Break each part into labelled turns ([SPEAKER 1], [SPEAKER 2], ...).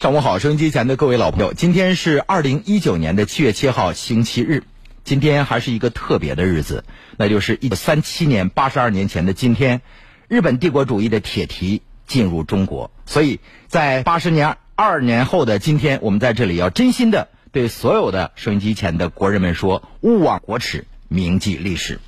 [SPEAKER 1] 上午好，收音机前的各位老朋友，今天是二零一九年的七月七号，星期日。今天还是一个特别的日子，那就是一九三七年八十二年前的今天，日本帝国主义的铁蹄进入中国。所以在八十年二年后的今天，我们在这里要真心的对所有的收音机前的国人们说：勿忘国耻，铭记历史。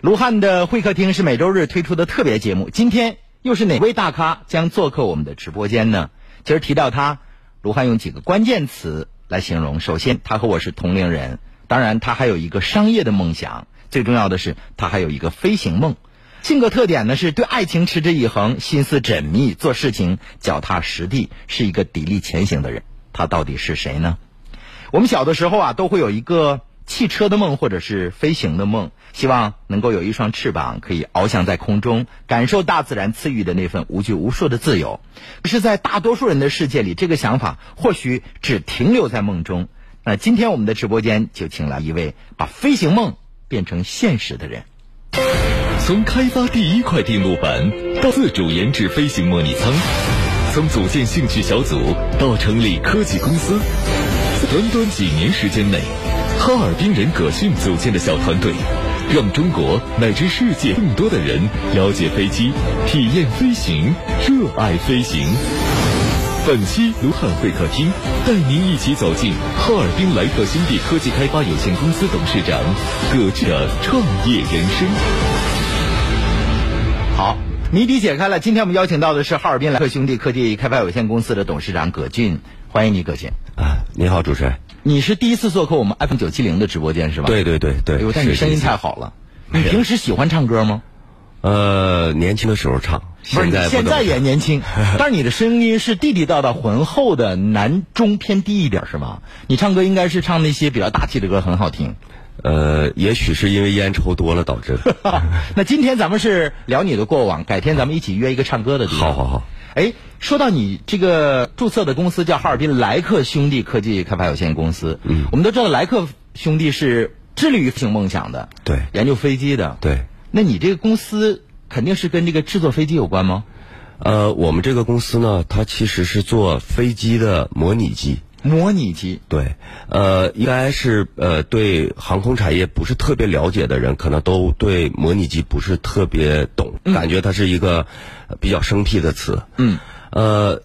[SPEAKER 1] 卢汉的会客厅是每周日推出的特别节目，今天又是哪位大咖将做客我们的直播间呢？其实提到他，卢汉用几个关键词来形容。首先，他和我是同龄人，当然他还有一个商业的梦想，最重要的是他还有一个飞行梦。性格特点呢是对爱情持之以恒，心思缜密，做事情脚踏实地，是一个砥砺前行的人。他到底是谁呢？我们小的时候啊，都会有一个汽车的梦，或者是飞行的梦，希望能够有一双翅膀，可以翱翔在空中，感受大自然赐予的那份无拘无束的自由。可是，在大多数人的世界里，这个想法或许只停留在梦中。那今天我们的直播间就请来一位把飞行梦变成现实的人。
[SPEAKER 2] 从开发第一块电路板到自主研制飞行模拟舱，从组建兴趣小组到成立科技公司，短短几年时间内，哈尔滨人葛迅组建的小团队，让中国乃至世界更多的人了解飞机、体验飞行、热爱飞行。本期卢汉会客厅带您一起走进哈尔滨莱特新地科技开发有限公司董事长葛俊的创业人生。
[SPEAKER 1] 好，谜底解开了。今天我们邀请到的是哈尔滨莱特兄弟科技开发有限公司的董事长葛俊，欢迎你，葛俊。
[SPEAKER 3] 啊，你好，主持人。
[SPEAKER 1] 你是第一次做客我们 iPhone 九七零的直播间是吧？
[SPEAKER 3] 对对对对
[SPEAKER 1] 哎呦，但你
[SPEAKER 3] 是
[SPEAKER 1] 声音
[SPEAKER 3] 第一次
[SPEAKER 1] 太好了。你平时喜欢唱歌吗？
[SPEAKER 3] 呃，年轻的时候唱，
[SPEAKER 1] 不是，你
[SPEAKER 3] 现在不
[SPEAKER 1] 现
[SPEAKER 3] 怎么
[SPEAKER 1] 在也年 轻，但是你的声音是地地道道浑厚的男中偏低一点是吗？你唱歌应该是唱那些比较大气的歌，很好听。
[SPEAKER 3] 呃，也许是因为烟抽多了导致 的。
[SPEAKER 1] 那今天咱们是聊你的过往，改天咱们一起约一个唱歌的地方。
[SPEAKER 3] 好好好。
[SPEAKER 1] 哎，说到你这个注册的公司叫哈尔滨莱克兄弟科技开发有限公司，嗯，我们都知道莱克兄弟是致力于飞行梦想的，
[SPEAKER 3] 对
[SPEAKER 1] 研究飞机的，。
[SPEAKER 3] 对，
[SPEAKER 1] 那你这个公司肯定是跟这个制作飞机有关吗？
[SPEAKER 3] 呃，我们这个公司呢，它其实是做飞机的模拟机。
[SPEAKER 1] 模拟机，
[SPEAKER 3] 对，呃，应该是呃，对航空产业不是特别了解的人，可能都对模拟机不是特别懂，感觉它是一个呃比较生僻的词。
[SPEAKER 1] 嗯，
[SPEAKER 3] 呃，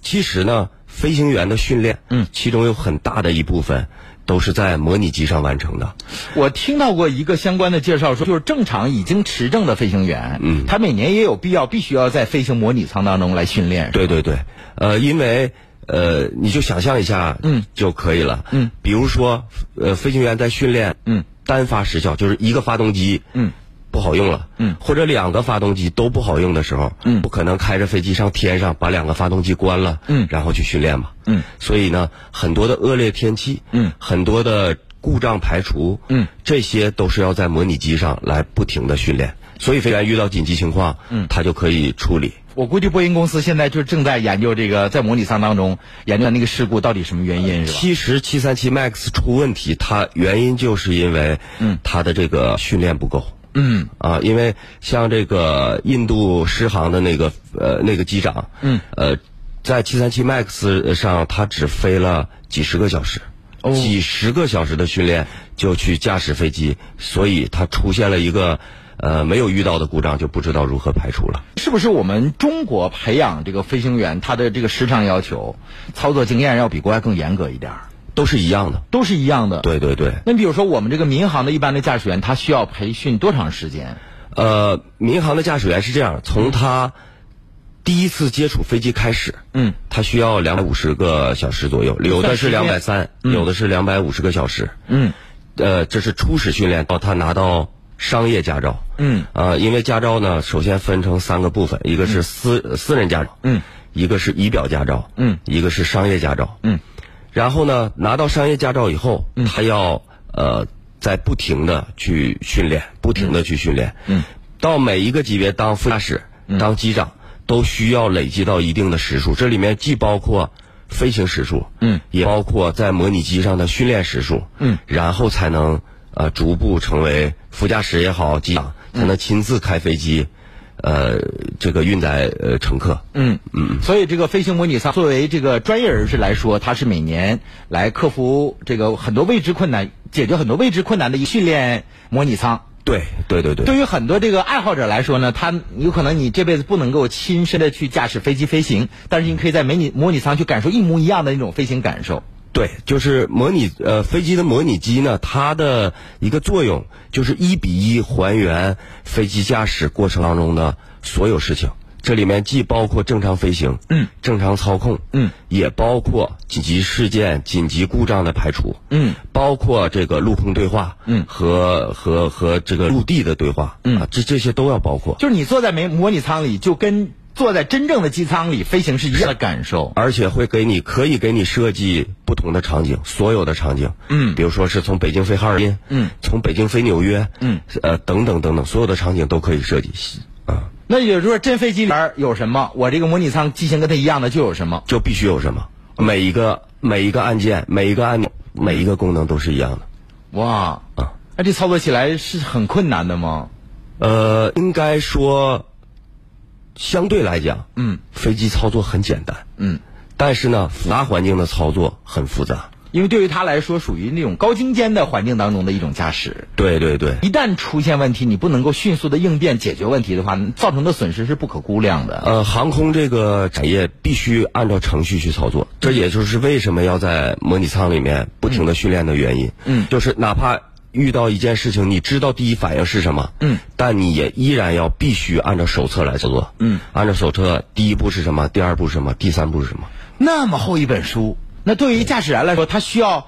[SPEAKER 3] 其实呢，飞行员的训练，嗯，其中有很大的一部分都是在模拟机上完成的。
[SPEAKER 1] 我听到过一个相关的介绍说，就是正常已经持证的飞行员，嗯，他每年也有必要必须要在飞行模拟舱当中来训练，
[SPEAKER 3] 对对对，呃，因为呃，你就想象一下，嗯，就可以了，嗯，比如说，呃，飞行员在训练，
[SPEAKER 1] 嗯，
[SPEAKER 3] 单发时效就是一个发动机，
[SPEAKER 1] 嗯。
[SPEAKER 3] 不好用了，嗯，或者两个发动机都不好用的时候，嗯，不可能开着飞机上天上把两个发动机关了，
[SPEAKER 1] 嗯
[SPEAKER 3] 然后去训练嘛，
[SPEAKER 1] 嗯，
[SPEAKER 3] 所以呢，很多的恶劣天气，
[SPEAKER 1] 嗯，
[SPEAKER 3] 很多的故障排除，
[SPEAKER 1] 嗯，
[SPEAKER 3] 这些都是要在模拟机上来不停的训练，所以飞行员遇到紧急情况，嗯，他就可以处理，
[SPEAKER 1] 我估计波音公司现在就正在研究这个，在模拟舱当中研究那个事故到底什么原因，是吧？
[SPEAKER 3] 其实七三七 MAX 出问题，它原因就是因为，嗯，它的这个训练不够。
[SPEAKER 1] 嗯，
[SPEAKER 3] 啊，因为像这个印度狮航的那个呃那个机长，
[SPEAKER 1] 嗯，
[SPEAKER 3] 呃，在七三七 MAX 上，他只飞了几十个小时，
[SPEAKER 1] 哦
[SPEAKER 3] 几十个小时的训练就去驾驶飞机，所以他出现了一个呃没有遇到的故障，就不知道如何排除了。
[SPEAKER 1] 是不是我们中国培养这个飞行员，他的这个时长要求、操作经验要比国外更严格一点儿？
[SPEAKER 3] 都是一样的，
[SPEAKER 1] 都是一样的。。
[SPEAKER 3] 对对对。
[SPEAKER 1] 那比如说我们这个民航的一般的驾驶员，他需要培训多长时间？
[SPEAKER 3] 呃，民航的驾驶员是这样，从他第一次接触飞机开始，
[SPEAKER 1] 嗯，
[SPEAKER 3] 他需要两百五十个小时左右，有的是两百三，有的是两百五十个小时，
[SPEAKER 1] 嗯，
[SPEAKER 3] 呃，这是初始训练到他拿到商业驾照，
[SPEAKER 1] 嗯，
[SPEAKER 3] 呃，因为驾照呢，首先分成三个部分，一个是私、私人驾照，
[SPEAKER 1] 嗯，
[SPEAKER 3] 一个是仪表驾照，
[SPEAKER 1] 嗯，
[SPEAKER 3] 一个是商业驾照，
[SPEAKER 1] 嗯，
[SPEAKER 3] 然后呢，拿到商业驾照以后，他要呃在不停的去训练，不停的去训练，嗯，到每一个级别当副驾驶、
[SPEAKER 1] 嗯
[SPEAKER 3] 当机长都需要累积到一定的时数，这里面既包括飞行时数，
[SPEAKER 1] 嗯，
[SPEAKER 3] 也包括在模拟机上的训练时数，
[SPEAKER 1] 嗯，
[SPEAKER 3] 然后才
[SPEAKER 1] 嗯
[SPEAKER 3] 能呃逐步成为副驾驶也好，机长才能亲自开飞机。呃这个运载呃乘客。
[SPEAKER 1] 嗯嗯，所以这个飞行模拟舱作为这个专业人士来说，它是每年来克服这个很多未知困难、解决很多未知困难的一训练模拟舱。
[SPEAKER 3] 对对对对，
[SPEAKER 1] 对于很多这个爱好者来说呢，他有可能你这辈子不能够亲身的去驾驶飞机飞行，但是你可以在模拟模拟舱去感受一模一样的那种飞行感受。
[SPEAKER 3] 对，就是模拟呃飞机的模拟机呢，它的一个作用就是一比一还原飞机驾驶过程当中的所有事情。这里面既包括正常飞行，
[SPEAKER 1] 嗯，
[SPEAKER 3] 正常操控，
[SPEAKER 1] 嗯，
[SPEAKER 3] 也包括紧急事件、紧急故障的排除，
[SPEAKER 1] 嗯，
[SPEAKER 3] 包括这个陆空对话，
[SPEAKER 1] 嗯
[SPEAKER 3] 和和和这个陆地的对话，
[SPEAKER 1] 嗯
[SPEAKER 3] 啊，这这些都要包括。
[SPEAKER 1] 就是你坐在模模拟舱里，就跟坐在真正的机舱里飞行是一样的感 受。
[SPEAKER 3] 而且会给你可以给你设计不同的场景，所有的场景，
[SPEAKER 1] 嗯
[SPEAKER 3] 比如说是从北京飞哈尔滨，
[SPEAKER 1] 嗯，
[SPEAKER 3] 从北京飞纽约，
[SPEAKER 1] 嗯，
[SPEAKER 3] 呃，等等等等，所有的场景都可以设计啊，
[SPEAKER 1] 那也就是说，真飞机里边有什么，我这个模拟舱机型跟它一样的就有什么。
[SPEAKER 3] 就必须有什么，每一个每一个按键，每一个按钮，每一个功能都是一样的，
[SPEAKER 1] 哇，
[SPEAKER 3] 啊，
[SPEAKER 1] 那这操作起来是很困难的吗？
[SPEAKER 3] 呃，应该说，相对来讲，
[SPEAKER 1] 嗯，
[SPEAKER 3] 飞机操作很简单，
[SPEAKER 1] 嗯，
[SPEAKER 3] 但是呢，复杂环境的操作很复杂，
[SPEAKER 1] 因为对于他来说，属于那种高精尖的环境当中的一种驾驶。
[SPEAKER 3] 对对对，
[SPEAKER 1] 一旦出现问题，你不能够迅速的应变解决问题的话，造成的损失是不可估量的。
[SPEAKER 3] 呃，航空这个产业必须按照程序去操作，
[SPEAKER 1] 嗯
[SPEAKER 3] 这也就是为什么要在模拟舱里面不停的训练的原因。
[SPEAKER 1] 嗯
[SPEAKER 3] 就是哪怕遇到一件事情，你知道第一反应是什么，
[SPEAKER 1] 嗯，
[SPEAKER 3] 但你也依然要必须按照手册来操作。
[SPEAKER 1] 嗯，
[SPEAKER 3] 按照手册，第一步是什么？第二步是什么？第三步是什么？
[SPEAKER 1] 那么厚一本书，那对于驾驶员来说，他需要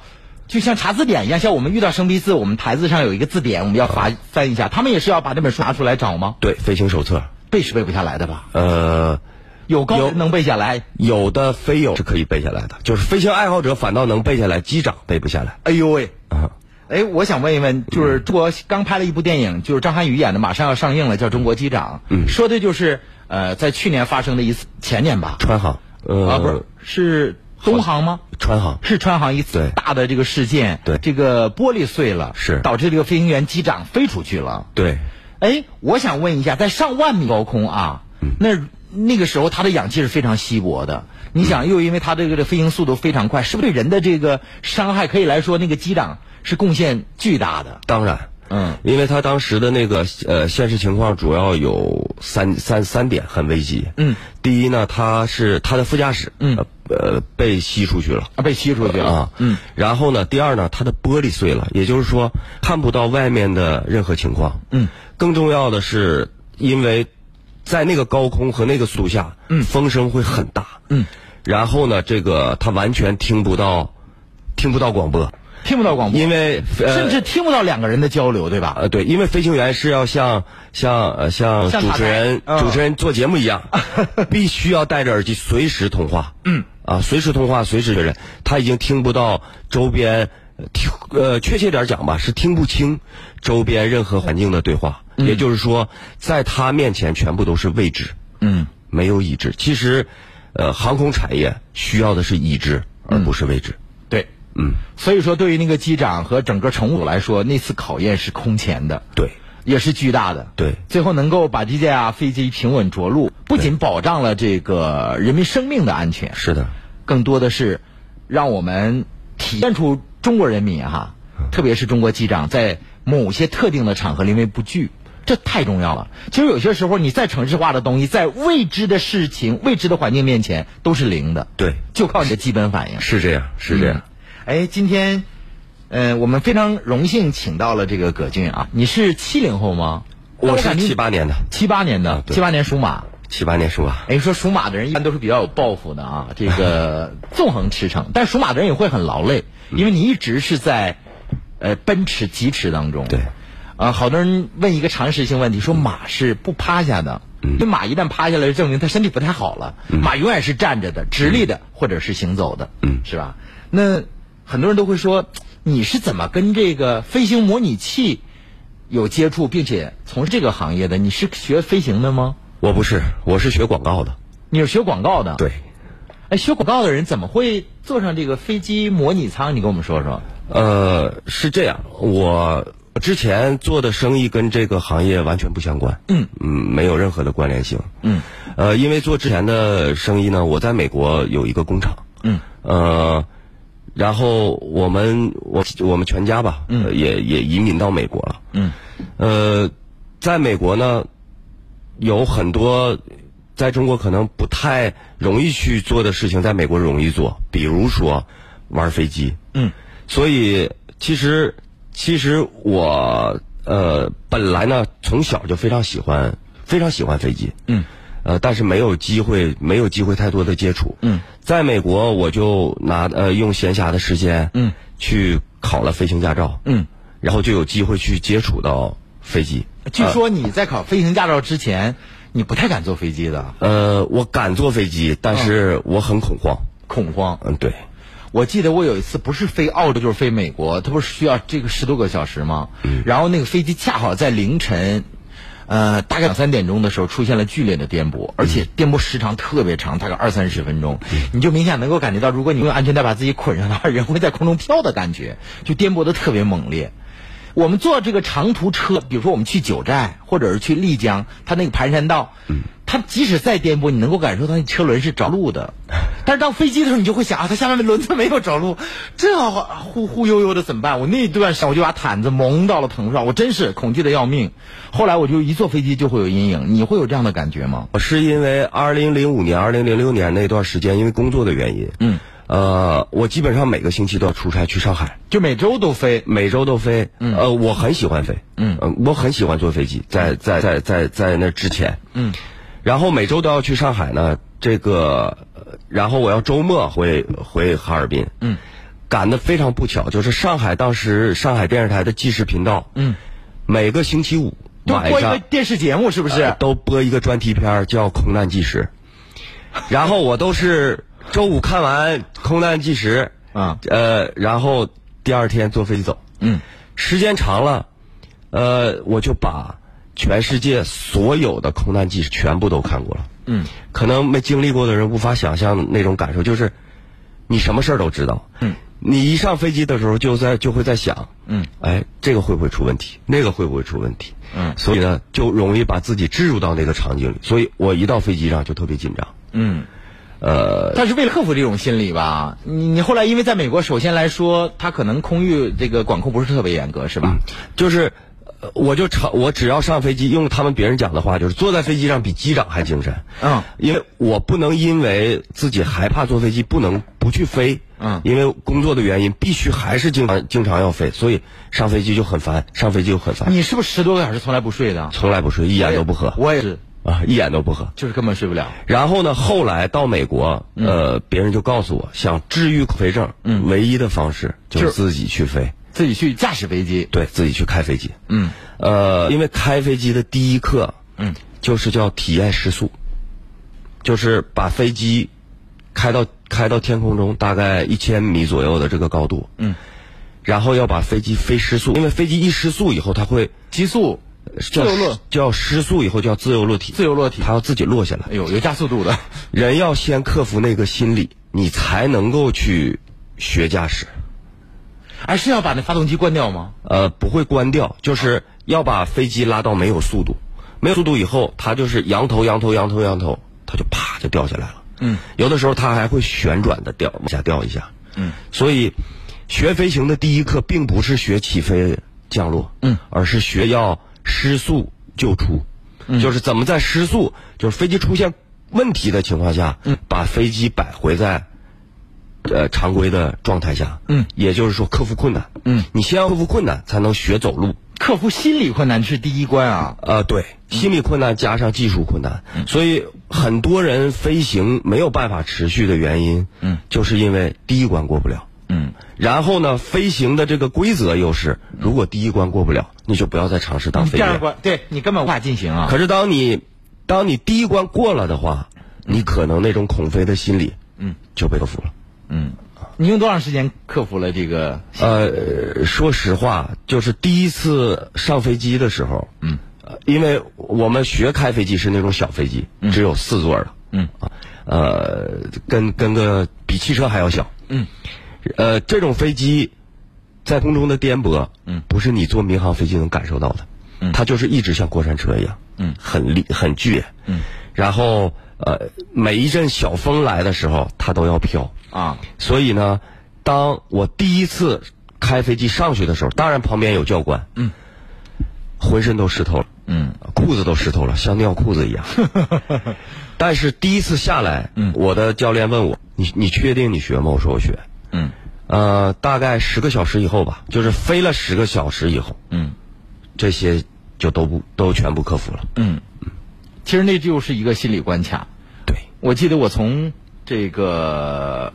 [SPEAKER 1] 就像查字典一样，像我们遇到生僻字，我们台子上有一个字典，我们要翻翻一下。他们也是要把这本书拿出来找吗？
[SPEAKER 3] 对，飞行手册。
[SPEAKER 1] 背是背不下来的吧？
[SPEAKER 3] 呃，
[SPEAKER 1] 有高
[SPEAKER 3] 有
[SPEAKER 1] 人能背下来。
[SPEAKER 3] 有的飞友是可以背下来的，就是飞行爱好者反倒能背下来，机长背不下来
[SPEAKER 1] 哎呦喂！
[SPEAKER 3] 啊。
[SPEAKER 1] 哎，我想问一问，
[SPEAKER 3] 嗯
[SPEAKER 1] 就是中国刚拍了一部电影，就是张涵予演的，马上要上映了，叫《中国机长》。嗯，说的就是呃，在去年发生的一次，前年吧？
[SPEAKER 3] 川航，呃，
[SPEAKER 1] 啊，不是，是东航吗？
[SPEAKER 3] 川航。
[SPEAKER 1] 是川航一次
[SPEAKER 3] 对
[SPEAKER 1] 大的这个事件，
[SPEAKER 3] 对
[SPEAKER 1] 这个玻璃碎了，
[SPEAKER 3] 是
[SPEAKER 1] 导致这个飞行员机长飞出去了。
[SPEAKER 3] 对，
[SPEAKER 1] 哎，我想问一下，在上万米高空啊，
[SPEAKER 3] 嗯
[SPEAKER 1] 那那个时候它的氧气是非常稀薄的。你想，又因为它这个飞行速度非常快，是不是对人的这个伤害可以来说，那个机长是贡献巨大的？
[SPEAKER 3] 当然。
[SPEAKER 1] 嗯
[SPEAKER 3] 因为他当时的那个呃现实情况主要有三三三点很危急。
[SPEAKER 1] 嗯，
[SPEAKER 3] 第一呢，他是他的副驾驶，
[SPEAKER 1] 嗯
[SPEAKER 3] 呃被吸出去了。
[SPEAKER 1] 啊，被吸出去了
[SPEAKER 3] 啊，
[SPEAKER 1] 嗯，
[SPEAKER 3] 然后呢？第二呢，他的玻璃碎了，也就是说看不到外面的任何情况。
[SPEAKER 1] 嗯，
[SPEAKER 3] 更重要的是，因为在那个高空和那个速度下，嗯，风声会很大。
[SPEAKER 1] 嗯，
[SPEAKER 3] 然后呢，这个他完全听不到，听不到广播，
[SPEAKER 1] 听不到广播，
[SPEAKER 3] 因为、呃、
[SPEAKER 1] 甚至听不到两个人的交流，对吧？
[SPEAKER 3] 呃，对，因为飞行员是要像像呃像
[SPEAKER 1] 像
[SPEAKER 3] 主
[SPEAKER 1] 塔
[SPEAKER 3] 持
[SPEAKER 1] 台
[SPEAKER 3] 人、
[SPEAKER 1] 嗯
[SPEAKER 3] 主持人做节目一样， 必须要戴着耳机随时通话。嗯，啊，随时通话，随时确认，他已经听不到周边，呃听呃，确切点讲吧，是听不清周边任何环境的对话。也就是说，在他面前全部都是未知，
[SPEAKER 1] 嗯，
[SPEAKER 3] 没有已知。其实，呃，航空产业需要的是已知，而
[SPEAKER 1] 嗯
[SPEAKER 3] 不是未知。
[SPEAKER 1] 对。
[SPEAKER 3] 嗯，
[SPEAKER 1] 所以说，对于那个机长和整个乘务来说，那次考验是空前的。
[SPEAKER 3] 对，
[SPEAKER 1] 也是巨大的。
[SPEAKER 3] 对
[SPEAKER 1] 最后能够把这架飞机平稳着陆，不仅保障了这个人民生命的安全，
[SPEAKER 3] 是的，
[SPEAKER 1] 更多的是让我们体验出中国人民哈、
[SPEAKER 3] 嗯
[SPEAKER 1] 特别是中国机长在某些特定的场合临危不惧。这太重要了。其实有些时候，你再城市化的东西，在未知的事情、未知的环境面前，都是零的。
[SPEAKER 3] 对
[SPEAKER 1] 就靠你的基本反应。
[SPEAKER 3] 是这样，是这样。
[SPEAKER 1] 嗯。哎，今天，呃，我们非常荣幸请到了这个葛军啊，你是七零后吗？
[SPEAKER 3] 我是
[SPEAKER 1] 感觉
[SPEAKER 3] 七八年的，
[SPEAKER 1] 七八年的，
[SPEAKER 3] 对
[SPEAKER 1] 七八年属马。
[SPEAKER 3] 七八年是啊吧？
[SPEAKER 1] 哎，说属马的人一般都是比较有抱负的啊，这 个纵横驰骋，但属马的人也会很劳累，
[SPEAKER 3] 嗯
[SPEAKER 1] 因为你一直是在，呃，奔驰疾驰当中。
[SPEAKER 3] 对。
[SPEAKER 1] 啊，好多人问一个常识性问题，说马是不趴下的，
[SPEAKER 3] 嗯
[SPEAKER 1] 这马一旦趴下来，就证明它身体不太好了。马永远是站着的、直立的，或者是行走的，
[SPEAKER 3] 嗯
[SPEAKER 1] 是吧？那很多人都会说，你是怎么跟这个飞行模拟器有接触，并且从事这个行业的？你是学飞行的吗？
[SPEAKER 3] 我不是，我是学广告的。
[SPEAKER 1] 你是学广告的？。
[SPEAKER 3] 对，
[SPEAKER 1] 哎，学广告的人怎么会坐上这个飞机模拟舱？你跟我们说说。
[SPEAKER 3] 呃，是这样，我我之前做的生意跟这个行业完全不相关，
[SPEAKER 1] 嗯
[SPEAKER 3] 没有任何的关联性，
[SPEAKER 1] 嗯，
[SPEAKER 3] 呃，因为做之前的生意呢，我在美国有一个工厂，
[SPEAKER 1] 嗯，
[SPEAKER 3] 呃，然后我们我我们全家吧，嗯，也也移民到美国了，
[SPEAKER 1] 嗯，
[SPEAKER 3] 呃，在美国呢，有很多在中国可能不太容易去做的事情，在美国容易做，比如说玩飞机。
[SPEAKER 1] 嗯，
[SPEAKER 3] 所以其实其实我呃本来呢从小就非常喜欢非常喜欢飞机。
[SPEAKER 1] 嗯，
[SPEAKER 3] 呃，但是没有机会没有机会太多的接触。
[SPEAKER 1] 嗯，
[SPEAKER 3] 在美国我就拿呃用闲暇的时间
[SPEAKER 1] 嗯
[SPEAKER 3] 去考了飞行驾照。
[SPEAKER 1] 嗯，
[SPEAKER 3] 然后就有机会去接触到飞机。
[SPEAKER 1] 据说你在考飞行驾照之前，你不太敢坐飞机的，
[SPEAKER 3] 呃，我敢坐飞机，但是我很恐慌。
[SPEAKER 1] 恐慌。
[SPEAKER 3] 嗯，对，
[SPEAKER 1] 我记得我有一次不是飞澳洲就是飞美国，它不是需要这个十多个小时吗？然后那个飞机恰好在凌晨，呃，大概两三点钟的时候出现了剧烈的颠簸，而且颠簸时长特别长，大概二三十分钟，你就明显能够感觉到，如果你用安全带把自己捆上的话，人会在空中飘的感觉，就颠簸的特别猛烈。我们坐这个长途车，比如说我们去九寨或者是去丽江，它那个盘山道，
[SPEAKER 3] 嗯
[SPEAKER 1] 它即使再颠簸，你能够感受到那车轮是着陆的。但是当飞机的时候，你就会想啊，它下面的轮子没有着陆，这忽忽悠悠的怎么办？我那段时间我就把毯子蒙到了头上，我真是恐惧的要命。后来我就一坐飞机就会有阴影，你会有这样的感觉吗？
[SPEAKER 3] 我是因为二零零五年、二零零六年那段时间，因为工作的原因，
[SPEAKER 1] 嗯，
[SPEAKER 3] 呃，我基本上每个星期都要出差去上海，
[SPEAKER 1] 就每周都飞，
[SPEAKER 3] 每周都飞。嗯，呃，我很喜欢飞，
[SPEAKER 1] 嗯
[SPEAKER 3] 呃我很喜欢坐飞机，在在在在在那之前，
[SPEAKER 1] 嗯，
[SPEAKER 3] 然后每周都要去上海呢，这个，呃然后我要周末回回哈尔滨，
[SPEAKER 1] 嗯，
[SPEAKER 3] 赶得非常不巧，就是上海当时上海电视台的纪实频道，
[SPEAKER 1] 嗯，
[SPEAKER 3] 每个星期五
[SPEAKER 1] 就
[SPEAKER 3] 晚
[SPEAKER 1] 播一
[SPEAKER 3] 上
[SPEAKER 1] 个电视节目是不是？
[SPEAKER 3] 呃都播一个专题片儿叫《空难纪实》， 然后我都是周五看完《空难纪实》
[SPEAKER 1] 啊
[SPEAKER 3] 呃，然后第二天坐飞机走。
[SPEAKER 1] 嗯，
[SPEAKER 3] 时间长了，呃，我就把全世界所有的空难纪实全部都看过了。
[SPEAKER 1] 嗯，
[SPEAKER 3] 可能没经历过的人无法想象那种感受，就是你什么事儿都知道。
[SPEAKER 1] 嗯，
[SPEAKER 3] 你一上飞机的时候就在就会在想，
[SPEAKER 1] 嗯，
[SPEAKER 3] 哎，这个会不会出问题？那个会不会出问题？
[SPEAKER 1] 嗯
[SPEAKER 3] 所以呢，就容易把自己置入到那个场景里。所以我一到飞机上就特别紧张。
[SPEAKER 1] 嗯，呃，但是为了克服这种心理吧，你你后来因为在美国，首先来说，它可能空域这个管控不是特别严格，是吧？
[SPEAKER 3] 嗯就是，呃我就常我只要上飞机，用他们别人讲的话，就是坐在飞机上比机长还精神。
[SPEAKER 1] 嗯，
[SPEAKER 3] 因为我不能因为自己害怕坐飞机，不能不去飞。
[SPEAKER 1] 嗯
[SPEAKER 3] 因为工作的原因，必须还是经常经常要飞，所以上飞机就很烦，上飞机就很烦，
[SPEAKER 1] 你是不是十多个小时从来不睡的？
[SPEAKER 3] 从来不嗯睡，一眼都不合
[SPEAKER 1] 我也是，
[SPEAKER 3] 啊，一眼都不合。
[SPEAKER 1] 就是根本睡不了。
[SPEAKER 3] 然后呢，后来到美国，
[SPEAKER 1] 嗯
[SPEAKER 3] 呃，别人就告诉我，想治愈肥症，嗯，唯一的方式就
[SPEAKER 1] 就是
[SPEAKER 3] 自己去飞，
[SPEAKER 1] 自己去驾驶飞机，
[SPEAKER 3] 对自己去开飞机。
[SPEAKER 1] 嗯，
[SPEAKER 3] 呃，因为开飞机的第一课，
[SPEAKER 1] 嗯，
[SPEAKER 3] 就是叫体验时速，就是把飞机开到开到天空中大概一千米左右的这个高度，
[SPEAKER 1] 嗯，
[SPEAKER 3] 然后要把飞机飞失速，因为飞机一失速以后，它会
[SPEAKER 1] 极速、
[SPEAKER 3] 叫
[SPEAKER 1] 自由落
[SPEAKER 3] 叫失速以后叫自由落体，
[SPEAKER 1] 自由落体，
[SPEAKER 3] 它要自己落下来
[SPEAKER 1] 哎。呦，有加速度的。
[SPEAKER 3] 人要先克服那个心理，你才能够去学驾驶。
[SPEAKER 1] 哎，是要把那发动机关掉吗？
[SPEAKER 3] 呃，不会关掉，就是要把飞机拉到没有速度，没有速度以后，它就是扬头、扬头、扬头、扬头，它就啪就掉下来了。
[SPEAKER 1] 嗯，
[SPEAKER 3] 有的时候它还会旋转的掉，往下掉一下。嗯，所以学飞行的第一课并不是学起飞、降落，嗯，而是学要失速救出，就是怎么在失速，就是飞机出现问题的情况下，嗯，把飞机摆回在呃常规的状态下，
[SPEAKER 1] 嗯，
[SPEAKER 3] 也就是说克服困难，
[SPEAKER 1] 嗯，
[SPEAKER 3] 你先要克服困难，才能学走路，
[SPEAKER 1] 克服心理困难是第一关啊。嗯
[SPEAKER 3] 呃，对，心理困难加上技术困难，所以很多人飞行没有办法持续的原因，
[SPEAKER 1] 嗯，
[SPEAKER 3] 就是因为第一关过不了，
[SPEAKER 1] 嗯，
[SPEAKER 3] 然后呢，飞行的这个规则又是，如果第一关过不了，你就不要再尝试当飞
[SPEAKER 1] 嗯第
[SPEAKER 3] 员
[SPEAKER 1] 二。关，对你根本无法进行啊。
[SPEAKER 3] 可是当你当你第一关过了的话，你可能那种恐飞的心理，
[SPEAKER 1] 嗯，
[SPEAKER 3] 就被克服了。
[SPEAKER 1] 你用多长时间克服了这个？
[SPEAKER 3] 呃，说实话，就是第一次上飞机的时候，嗯，因为我们学开飞机是那种小飞机，只有四座的，
[SPEAKER 1] 嗯
[SPEAKER 3] 啊，呃，跟跟个比汽车还要小，
[SPEAKER 1] 嗯，
[SPEAKER 3] 呃，这种飞机在空中的颠簸，嗯，不是你坐民航飞机能感受到的，嗯，它就是一直像过山车一样，嗯，很厉很剧烈，嗯，然后呃，每一阵小风来的时候，它都要飘，
[SPEAKER 1] 啊，
[SPEAKER 3] 所以呢，当我第一次开飞机上去的时候，当然旁边有教官，嗯，浑身都湿透了，
[SPEAKER 1] 嗯，
[SPEAKER 3] 裤子都湿透了，像尿裤子 一样。但是第一次下来，嗯，我的教练问我：“你你确定你学吗？”我说：“我学。”
[SPEAKER 1] 嗯，
[SPEAKER 3] 呃，大概十个小时以后吧，就是飞了十个小时以后，
[SPEAKER 1] 嗯，
[SPEAKER 3] 这些就都不都全部克服了。
[SPEAKER 1] 嗯，其实那就是一个心理关卡。
[SPEAKER 3] 对，
[SPEAKER 1] 我记得我从这个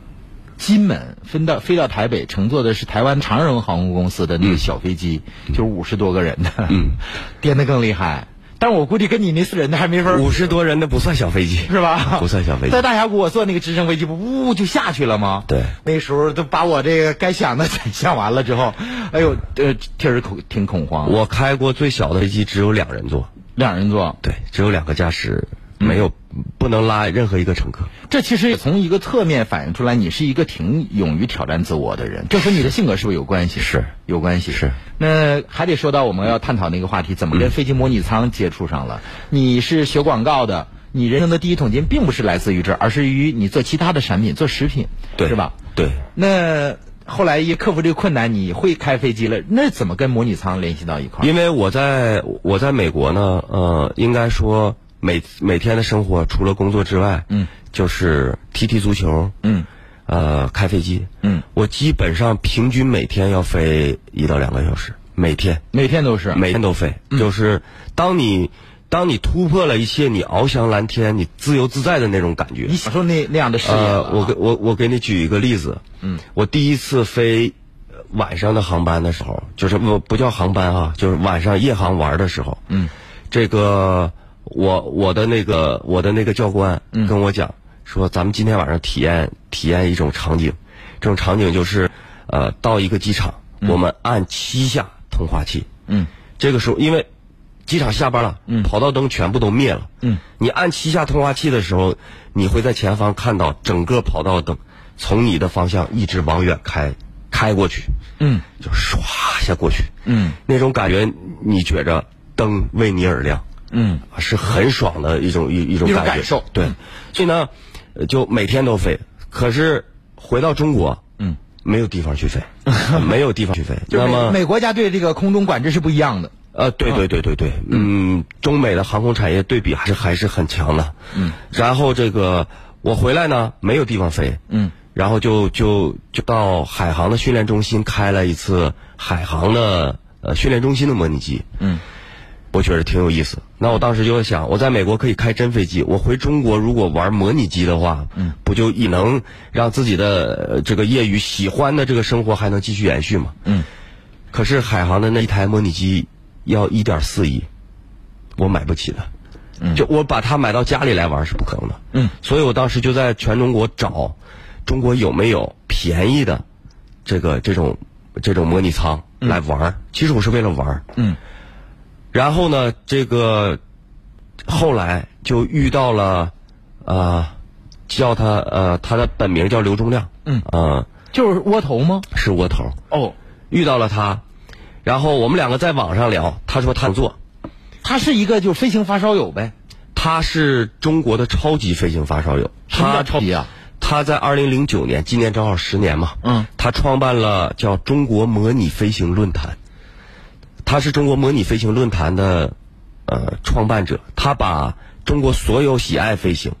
[SPEAKER 1] 金门分到飞到台北，乘坐的是台湾长荣航空公司的那个小飞机，
[SPEAKER 3] 嗯
[SPEAKER 1] 就是五十多个人的，嗯， 颠得更厉害。但我估计跟你那四人的还没法儿
[SPEAKER 3] 五十多人的不算小飞机，
[SPEAKER 1] 是吧？
[SPEAKER 3] 不算小飞机
[SPEAKER 1] 在。大峡谷，我坐那个直升飞机，不呜就下去了吗？
[SPEAKER 3] 对
[SPEAKER 1] 那时候都把我这个该想的 全想完了之后，哎呦，呃，确实恐挺恐慌。
[SPEAKER 3] 我开过最小的飞机只有两人座，
[SPEAKER 1] 两人座，
[SPEAKER 3] 对，只有两个驾驶，没有不能拉任何一个乘客。
[SPEAKER 1] 这其实也从一个侧面反映出来，你是一个挺勇于挑战自我的人，这和你的性格是不是有关系？
[SPEAKER 3] 是
[SPEAKER 1] 有关系。
[SPEAKER 3] 是。
[SPEAKER 1] 那还得说到我们要探讨那个话题，怎么跟飞机模拟舱接触上了？你是学广告的，你人生的第一桶金并不是来自于这儿，而是于你做其他的产品，做食品，
[SPEAKER 3] 对
[SPEAKER 1] 是吧？
[SPEAKER 3] 对，
[SPEAKER 1] 那后来也克服这个困难，你会开飞机了，那怎么跟模拟舱联系到一块儿？
[SPEAKER 3] 因为我在我在美国呢，呃，应该说每每天的生活除了工作之外，嗯，就是踢踢足球，
[SPEAKER 1] 嗯，
[SPEAKER 3] 呃，开飞机，
[SPEAKER 1] 嗯，
[SPEAKER 3] 我基本上平均每天要飞一到两个小时，每天
[SPEAKER 1] 每天都是，
[SPEAKER 3] 每天都飞，就是当你当你突破了一切你翱翔蓝天、你自由自在的那种感觉
[SPEAKER 1] 你，享受那那样的视野了啊、
[SPEAKER 3] 呃，我给我我给你举一个例子，嗯，我第一次飞呃晚上的航班的时候，就是不不叫航班啊，就是晚上夜航玩的时候，嗯，这个我我的那个我的那个教官
[SPEAKER 1] 嗯
[SPEAKER 3] 跟我讲、说，咱们今天晚上体验体验一种场景，这种场景就是呃到一个机场，我们按七下通话器，
[SPEAKER 1] 嗯，
[SPEAKER 3] 这个时候因为机场下班了，嗯，跑道灯全部都灭了，嗯，你按七下通话器的时候，你会在前方看到整个跑道灯从你的方向一直往远开开过去，
[SPEAKER 1] 嗯，
[SPEAKER 3] 就唰一下过去，
[SPEAKER 1] 嗯，
[SPEAKER 3] 那种感觉你觉着灯为你而亮，
[SPEAKER 1] 嗯，
[SPEAKER 3] 是很爽的一种一一种
[SPEAKER 1] 一种
[SPEAKER 3] 感觉
[SPEAKER 1] 感受嗯
[SPEAKER 3] 对，所以呢，呃就每天都飞，可是回到中国，嗯，没有地 方去飞，没有地方去飞，
[SPEAKER 1] 就
[SPEAKER 3] 那
[SPEAKER 1] 美
[SPEAKER 3] 么
[SPEAKER 1] 美国家对这个空中管制是不一样的。
[SPEAKER 3] 呃，对对对对对，嗯，中美的航空产业对比还是还是很强的。嗯，然后这个我回来呢，没有地方飞。嗯，然后就就就到海航的训练中心开了一次海航的呃训练中心的模拟机。嗯，我觉得挺有意思。那我当时就想，我在美国可以开真飞机，我回中国如果玩模拟机的话，嗯，不就也能让自己的呃这个业余喜欢的这个生活还能继续延续吗？嗯。可是海航的那一台模拟机要一点四亿，我买不起的。就我把它买到家里来玩是不可能的。嗯，所以我当时就在全中国找，中国有没有便宜的这个这种这种模拟舱来玩儿、其实我是为了玩儿。
[SPEAKER 1] 嗯，
[SPEAKER 3] 然后呢，这个后来就遇到了，呃，叫他呃，他的本名叫刘忠亮。
[SPEAKER 1] 嗯，
[SPEAKER 3] 呃，
[SPEAKER 1] 就是窝头吗？
[SPEAKER 3] 是窝头。
[SPEAKER 1] 哦，
[SPEAKER 3] 遇到了他，然后我们两个在网上聊，他说他能做，
[SPEAKER 1] 他是一个就是飞行发烧友呗。
[SPEAKER 3] 他是中国的超级飞行发烧友，
[SPEAKER 1] 什么叫
[SPEAKER 3] 他
[SPEAKER 1] 超级啊？
[SPEAKER 3] 他在二零零九年，今年正好十年嘛，
[SPEAKER 1] 嗯，
[SPEAKER 3] 他创办了叫中国模拟飞行论坛，他是中国模拟飞行论坛的呃创办者，他把中国所有喜爱飞行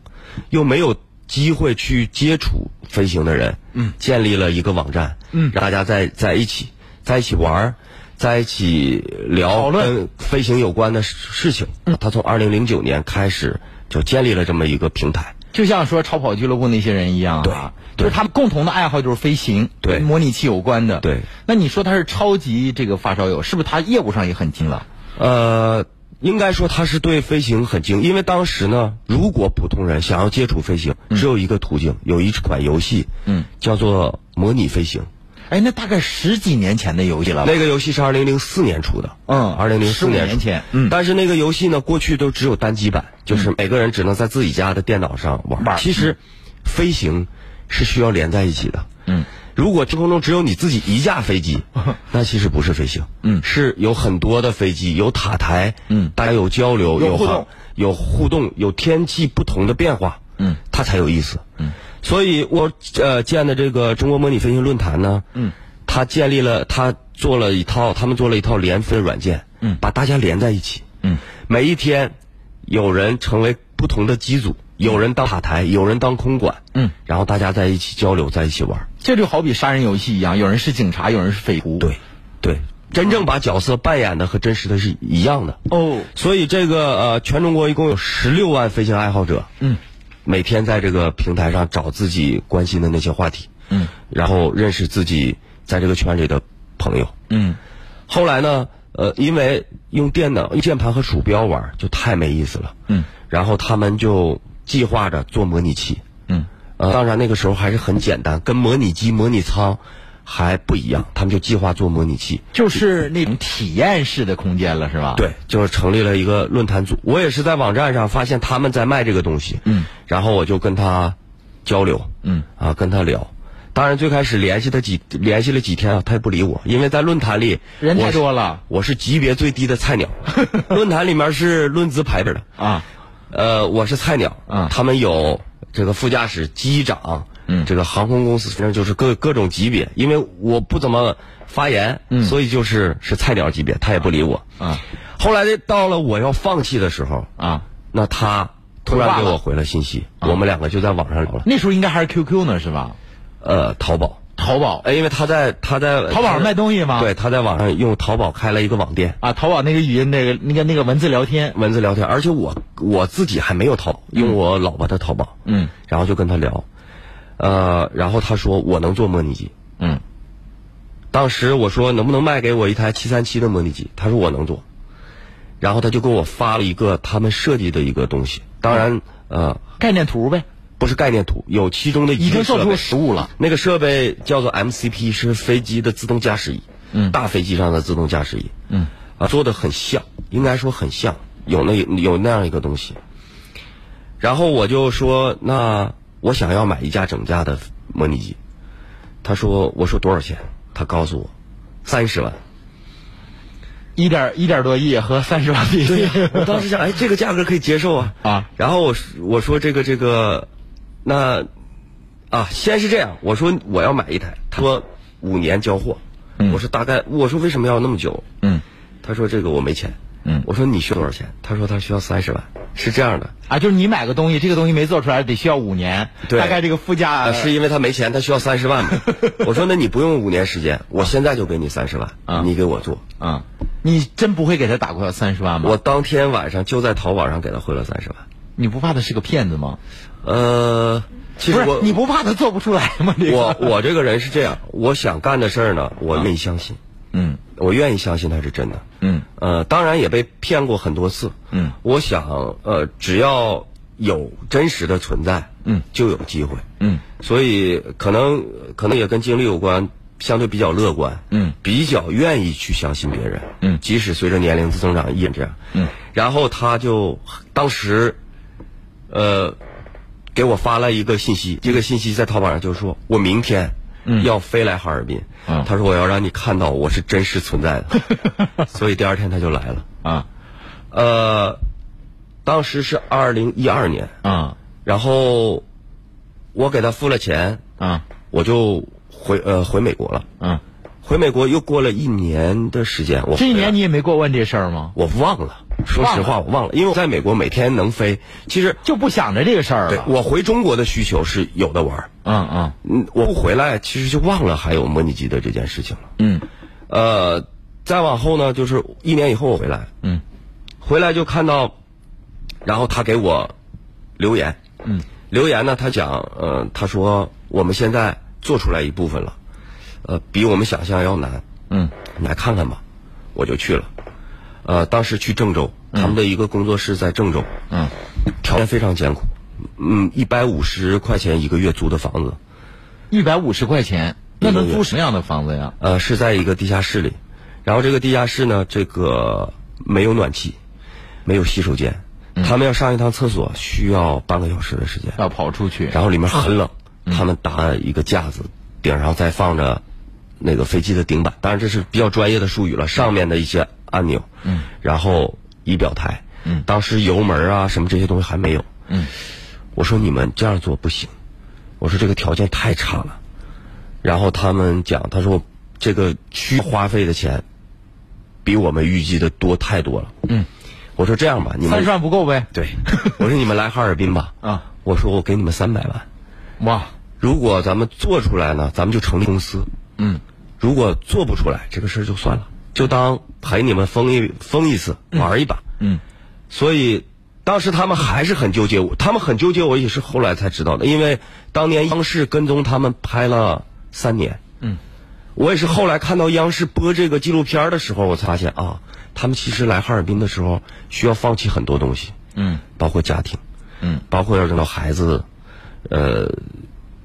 [SPEAKER 3] 又没有机会去接触飞行的人，嗯，建立了一个网站，嗯，让大家在在一起，在一起玩儿在一起
[SPEAKER 1] 讨
[SPEAKER 3] 聊
[SPEAKER 1] 论
[SPEAKER 3] 跟飞行有关的事事情。他从二零零九年开始就建立了这么一个平台，
[SPEAKER 1] 就像说超跑俱乐部那些人一样啊，
[SPEAKER 3] 对对
[SPEAKER 1] 就是他们共同的爱好就是飞行，
[SPEAKER 3] 对
[SPEAKER 1] 跟模拟器有关的。
[SPEAKER 3] 对，
[SPEAKER 1] 那你说他是超级这个发烧友，是不是他业务上也很精了？
[SPEAKER 3] 呃，应该说他是对飞行很精，因为当时呢，如果普通人想要接触飞行，只有一个途径，有一款游戏，嗯，叫做模拟飞行。
[SPEAKER 1] 哎，那大概十几年前的游戏了吧。
[SPEAKER 3] 那个游戏是二零零四年出的，
[SPEAKER 1] 嗯
[SPEAKER 3] 二零零四
[SPEAKER 1] 15
[SPEAKER 3] 年
[SPEAKER 1] 年
[SPEAKER 3] 出
[SPEAKER 1] 前嗯
[SPEAKER 3] 但是那个游戏呢，过去都只有单机版，就是每个人只能在自己家的电脑上玩。
[SPEAKER 1] 玩
[SPEAKER 3] 其实，飞行是需要连在一起的，嗯，如果天空中只有你自己一架 飞机，那其实不是飞行，嗯，是有很多的飞机，有塔台，嗯，大家有交流，
[SPEAKER 1] 有
[SPEAKER 3] 有
[SPEAKER 1] 互
[SPEAKER 3] 航
[SPEAKER 1] 动，
[SPEAKER 3] 有互动，有天气不同的变化，
[SPEAKER 1] 嗯，
[SPEAKER 3] 它才有意思，嗯。所以我呃建的这个中国模拟飞行论坛呢，嗯，他建立了，他做了一套，他们做了一套联飞软件，嗯，把大家连在一起，
[SPEAKER 1] 嗯，
[SPEAKER 3] 每一天有人成为不同的机组，有人当塔台，有人当空管，
[SPEAKER 1] 嗯，
[SPEAKER 3] 然后大家在一起交流，在一起玩儿，
[SPEAKER 1] 这就好比杀人游戏一样，有人是警察，有人是匪徒。
[SPEAKER 3] 对，对，真正把角色扮演的和真实的是一样的。
[SPEAKER 1] 哦，
[SPEAKER 3] 所以这个呃，全中国一共有十六万飞行爱好者，
[SPEAKER 1] 嗯，
[SPEAKER 3] 每天在这个平台上找自己关心的那些话题，
[SPEAKER 1] 嗯，
[SPEAKER 3] 然后认识自己在这个圈里的朋友。
[SPEAKER 1] 嗯
[SPEAKER 3] 后来呢，呃，因为用电脑、用键盘和鼠标玩就太没意思了，
[SPEAKER 1] 嗯，
[SPEAKER 3] 然后他们就计划着做模拟器，
[SPEAKER 1] 嗯
[SPEAKER 3] 呃，当然那个时候还是很简单，跟模拟机、模拟舱还不一样，他们就计划做模拟器。
[SPEAKER 1] 就是那种体验式的空间了，是吧？，
[SPEAKER 3] 对，就是成立了一个论坛组。我也是在网站上发现他们在卖这个东西，
[SPEAKER 1] 嗯，
[SPEAKER 3] 然后我就跟他交流，
[SPEAKER 1] 嗯，
[SPEAKER 3] 啊，跟他聊。当然最开始联系他几联系了几天啊，他也不理我，因为在论坛里
[SPEAKER 1] 人太
[SPEAKER 3] 我
[SPEAKER 1] 多
[SPEAKER 3] 是
[SPEAKER 1] 了
[SPEAKER 3] 我是级别最低的 菜鸟，论坛里面是论资排辈的，
[SPEAKER 1] 啊，
[SPEAKER 3] 呃，我是菜鸟，
[SPEAKER 1] 嗯
[SPEAKER 3] 他们有这个副驾驶、机长，
[SPEAKER 1] 嗯
[SPEAKER 3] 这个航空公司，反正就是各各种级别。因为我不怎么发言，嗯，所以就是是菜鸟级别，他也不理我。
[SPEAKER 1] 啊
[SPEAKER 3] 后来到了我要放弃的时候，
[SPEAKER 1] 啊，
[SPEAKER 3] 那他突
[SPEAKER 1] 回
[SPEAKER 3] 然
[SPEAKER 1] 话
[SPEAKER 3] 给
[SPEAKER 1] 了
[SPEAKER 3] 我回了信息，
[SPEAKER 1] 啊
[SPEAKER 3] 我们两个就在网上聊了，
[SPEAKER 1] 那时候应该还是 QQ 呢，是吧？
[SPEAKER 3] 呃，淘宝。
[SPEAKER 1] 淘宝
[SPEAKER 3] 呃因为他在他在
[SPEAKER 1] 淘宝上卖东西吗
[SPEAKER 3] 呃对，他在网上用淘宝开了一个网店，
[SPEAKER 1] 啊，淘宝那个语音那个那个那个文字聊天，
[SPEAKER 3] 文字聊天，而且我我自己还没有淘宝，用我老婆的淘宝，
[SPEAKER 1] 嗯
[SPEAKER 3] 然后就跟他聊，呃，然后他说我能做模拟机，
[SPEAKER 1] 嗯
[SPEAKER 3] 当时我说能不能卖给我一台七三七的模拟机，他说我能做，然后他就给我发了一个他们设计的一个东西，当然呃
[SPEAKER 1] 概念图呗，
[SPEAKER 3] 不是概念图，有其中的
[SPEAKER 1] 已
[SPEAKER 3] 一
[SPEAKER 1] 经
[SPEAKER 3] 个
[SPEAKER 1] 售
[SPEAKER 3] 设
[SPEAKER 1] 出
[SPEAKER 3] 备，
[SPEAKER 1] 实物了。
[SPEAKER 3] 那个设备叫做 MCP，是飞机的自动驾驶仪，
[SPEAKER 1] 嗯
[SPEAKER 3] 大飞机上的自动驾驶仪，
[SPEAKER 1] 嗯，
[SPEAKER 3] 啊，做的很像，应该说很像，有那有那样一个东西。然后我就说，那我想要买一架整架的模拟机，他说，我说多少钱？他告诉我，三十万。
[SPEAKER 1] 一点一点多亿和三十万比例，
[SPEAKER 3] 我当时想，哎，这个价格可以接受啊
[SPEAKER 1] 啊！
[SPEAKER 3] 然后我说我说这个这个，那啊，先是这样，我说我要买一台，他说五年交货，我说大概，我说为什么要那么久？
[SPEAKER 1] 嗯
[SPEAKER 3] 他说这个我没钱，
[SPEAKER 1] 嗯
[SPEAKER 3] 我说你需要多少钱？他说他需要三十万，是这样的，
[SPEAKER 1] 啊，就是你买个东西，这个东西没做出来得需要五年，
[SPEAKER 3] 对
[SPEAKER 1] 大概这个附加
[SPEAKER 3] 啊，是因为他没钱，他需要三十万嘛？ 我说那你不用五年时间，我现在就给你三十万
[SPEAKER 1] 啊，
[SPEAKER 3] 你给我做。
[SPEAKER 1] 啊，你真不会给他打过三十万吗？
[SPEAKER 3] 我当天晚上就在淘宝上给他汇了三十万。
[SPEAKER 1] 你不怕他是个骗子吗？
[SPEAKER 3] 呃，其实
[SPEAKER 1] 不
[SPEAKER 3] 我
[SPEAKER 1] 是，你不怕他做不出来吗？这个、
[SPEAKER 3] 我我这个人是这样，我想干的事儿呢，我愿意相信，
[SPEAKER 1] 嗯
[SPEAKER 3] 我愿意相信它是真的。
[SPEAKER 1] 嗯
[SPEAKER 3] 呃，当然也被骗过很多次。
[SPEAKER 1] 嗯，
[SPEAKER 3] 我想，呃，只要有真实的存在，
[SPEAKER 1] 嗯，
[SPEAKER 3] 就有机会。
[SPEAKER 1] 嗯
[SPEAKER 3] 所以可能可能也跟经历有关，相对比较乐观，
[SPEAKER 1] 嗯，
[SPEAKER 3] 比较愿意去相信别人，
[SPEAKER 1] 嗯
[SPEAKER 3] 即使随着年龄增长也这样，
[SPEAKER 1] 嗯，
[SPEAKER 3] 然后他就当时，呃，给我发了一个信息，
[SPEAKER 1] 嗯
[SPEAKER 3] 这个信息在淘宝上就说我明天。要飞来哈尔滨，
[SPEAKER 1] 嗯
[SPEAKER 3] 他说我要让你看到我是真实存在的， 所以第二天他就来了。
[SPEAKER 1] 啊
[SPEAKER 3] 呃，当时是二零一二年，
[SPEAKER 1] 啊
[SPEAKER 3] 然后我给他付了钱，
[SPEAKER 1] 啊
[SPEAKER 3] 我就回呃回美国了。
[SPEAKER 1] 啊！
[SPEAKER 3] 回美国又过了一年的时间，我
[SPEAKER 1] 这一
[SPEAKER 3] 回来
[SPEAKER 1] 年你也没过问这事儿吗？
[SPEAKER 3] 我忘了，说实话我忘了，因为我在美国每天能飞，其实
[SPEAKER 1] 就不想着这个事儿
[SPEAKER 3] 对
[SPEAKER 1] 了。
[SPEAKER 3] 我回中国的需求是有的玩儿，
[SPEAKER 1] 嗯嗯
[SPEAKER 3] 嗯，我不回来其实就忘了还有模拟机的这件事情了。
[SPEAKER 1] 嗯
[SPEAKER 3] 呃，再往后呢，就是一年以后我回来，
[SPEAKER 1] 嗯
[SPEAKER 3] 回来就看到，然后他给我留言，
[SPEAKER 1] 嗯，
[SPEAKER 3] 留言呢，他讲，呃，他说我们现在做出来一部分了，呃，比我们想象要难，
[SPEAKER 1] 嗯
[SPEAKER 3] 你来看看吧，我就去了，呃，当时去郑州，他们的一个工作室在郑州，
[SPEAKER 1] 嗯
[SPEAKER 3] 条件非常艰苦，嗯，一百五十块钱一个月租的房子，
[SPEAKER 1] 一百五十块钱，那能租什么样的房子呀？
[SPEAKER 3] 呃，是在一个地下室里，然后这个地下室呢，这个没有暖气，没有洗手间，他们要上一趟厕所需要半个小时的时间，
[SPEAKER 1] 要跑出去嗯
[SPEAKER 3] 然后里面很冷，他们搭一个架子顶上再放着那个飞机的顶板，当然这是比较专业的术语了，上面的一些按钮，嗯，然后仪表台，嗯，当时油门啊什么这些东西还没有，
[SPEAKER 1] 嗯，
[SPEAKER 3] 我说你们这样做不行，我说这个条件太差了，然后他们讲，他说这个区花费的钱比我们预计的多太多了，嗯，我说这样吧，你
[SPEAKER 1] 三
[SPEAKER 3] 们
[SPEAKER 1] 十万不够呗？
[SPEAKER 3] 对，我说你们来哈尔滨吧，
[SPEAKER 1] 啊，
[SPEAKER 3] 我说我给你们三百万，
[SPEAKER 1] 哇，
[SPEAKER 3] 如果咱们做出来呢，咱们就成立公司。
[SPEAKER 1] 嗯，
[SPEAKER 3] 如果做不出来，这个事儿就算了，就当陪你们疯一疯一次，玩一把。
[SPEAKER 1] 嗯，
[SPEAKER 3] 所以当时他们还是很纠结我，他们很纠结我也是后来才知道的，因为当年央视跟踪他们拍了三年。
[SPEAKER 1] 嗯，
[SPEAKER 3] 我也是后来看到央视播这个纪录片儿的时候，我才发现啊，他们其实来哈尔滨的时候需要放弃很多东西。
[SPEAKER 1] 嗯，
[SPEAKER 3] 包括家庭，
[SPEAKER 1] 嗯，
[SPEAKER 3] 包括要让到孩子，呃，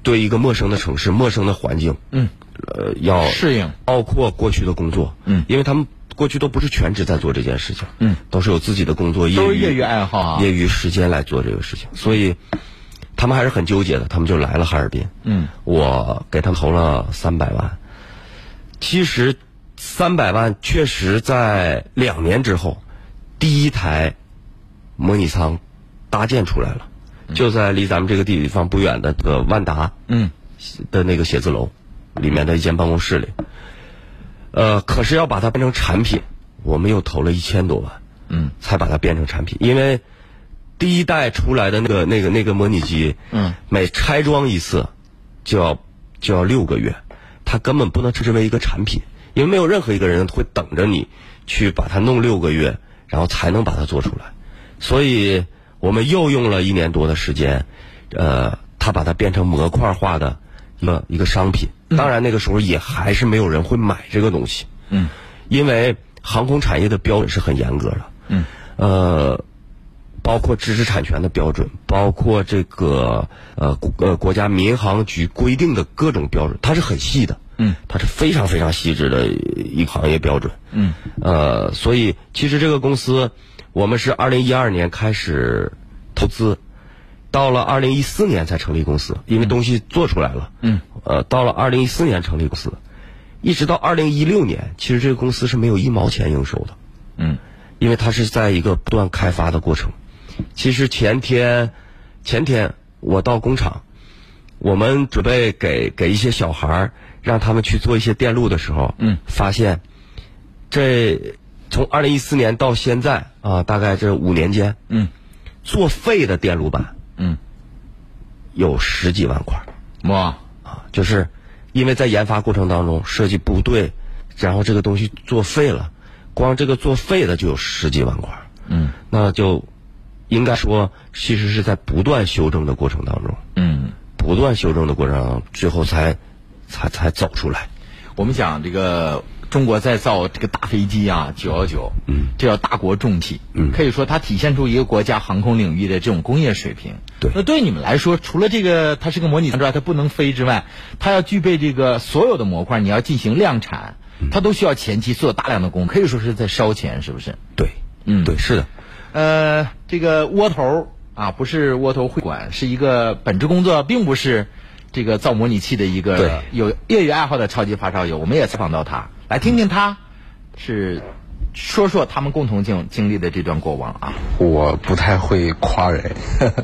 [SPEAKER 3] 对一个陌生的城市、陌生的环境，嗯，呃，要
[SPEAKER 1] 适应，
[SPEAKER 3] 包括过去的工作，
[SPEAKER 1] 嗯
[SPEAKER 3] 因为他们过去都不是全职在做这件事情，
[SPEAKER 1] 嗯，
[SPEAKER 3] 都是有自己的工作，
[SPEAKER 1] 都是
[SPEAKER 3] 余
[SPEAKER 1] 业余爱好啊
[SPEAKER 3] 业余时间来做这个事情，所以他们还是很纠结的，他们就来了哈尔滨，
[SPEAKER 1] 嗯，
[SPEAKER 3] 我给他们投了三百万，其实三百万确实在两年之后，第一台模拟舱搭建出来了，就在离咱们这个地方不远的这个万达
[SPEAKER 1] 嗯
[SPEAKER 3] 的那个写字楼里面的一间办公室里。呃，可是要把它变成产品，我们又投了一千多万，
[SPEAKER 1] 嗯，
[SPEAKER 3] 才把它变成产品，因为第一代出来的那个那个那个模拟机，
[SPEAKER 1] 嗯，
[SPEAKER 3] 每拆装一次就要就要六个月，它根本不能称之为一个产品，因为没有任何一个人会等着你去把它弄六个月，然后才能把它做出来，所以我们又用了一年多的时间，呃，它把它变成模块化的一个一个商品。当然，那个时候也还是没有人会买这个东西，
[SPEAKER 1] 嗯
[SPEAKER 3] 因为航空产业的标准是很严格的。
[SPEAKER 1] 嗯，
[SPEAKER 3] 呃，包括知识产权的标准，包括这个呃国呃国家民航局规定的各种标准，它是很细的。
[SPEAKER 1] 嗯，
[SPEAKER 3] 它是非常非常细致的一个行业标准。
[SPEAKER 1] 嗯，
[SPEAKER 3] 呃，所以其实这个公司，我们是二零一二年开始投资，到了二零一四年才成立公司，因为东西做出来了。
[SPEAKER 1] 嗯，
[SPEAKER 3] 呃，到了二零一四年成立公司，一直到二零一六年，其实这个公司是没有一毛钱营收的。
[SPEAKER 1] 嗯
[SPEAKER 3] 因为它是在一个不断开发的过程。其实前天，前天我到工厂，我们准备给给一些小孩儿让他们去做一些电路的时候，
[SPEAKER 1] 嗯，
[SPEAKER 3] 发现这从二零一四年到现在啊，大概这五年间，
[SPEAKER 1] 嗯
[SPEAKER 3] 作废的电路板
[SPEAKER 1] 嗯，
[SPEAKER 3] 有十几万块儿
[SPEAKER 1] 哇，
[SPEAKER 3] 啊，就是因为在研发过程当中设计不对，然后这个东西作废了，光这个作废的就有十几万块儿。
[SPEAKER 1] 嗯
[SPEAKER 3] 那就应该说，其实是在不断修正的过程当中，
[SPEAKER 1] 嗯。
[SPEAKER 3] 不断修正的过程当中，最后才才才走出来。
[SPEAKER 1] 我们讲这个中国在造这个大飞机啊，九幺九，嗯，这叫大国重器，嗯，可以说它体现出一个国家航空领域的这种工业水平。
[SPEAKER 3] 对
[SPEAKER 1] 那对你们来说，除了这个它是个模拟舱之外，它不能飞之外，它要具备这个所有的模块，你要进行量产，它都需要前期做大量的工，可以说是在烧钱，是不是？
[SPEAKER 3] 对，
[SPEAKER 1] 嗯
[SPEAKER 3] 对，是的，
[SPEAKER 1] 呃，这个窝头啊，不是窝头会馆，是一个本职工作，并不是这个造模拟器的一
[SPEAKER 3] 对
[SPEAKER 1] 个有业余爱好的超级发烧友。我们也采访到他，来听听他是说说他们共同经经历的这段过往啊。
[SPEAKER 4] 我不太会夸人，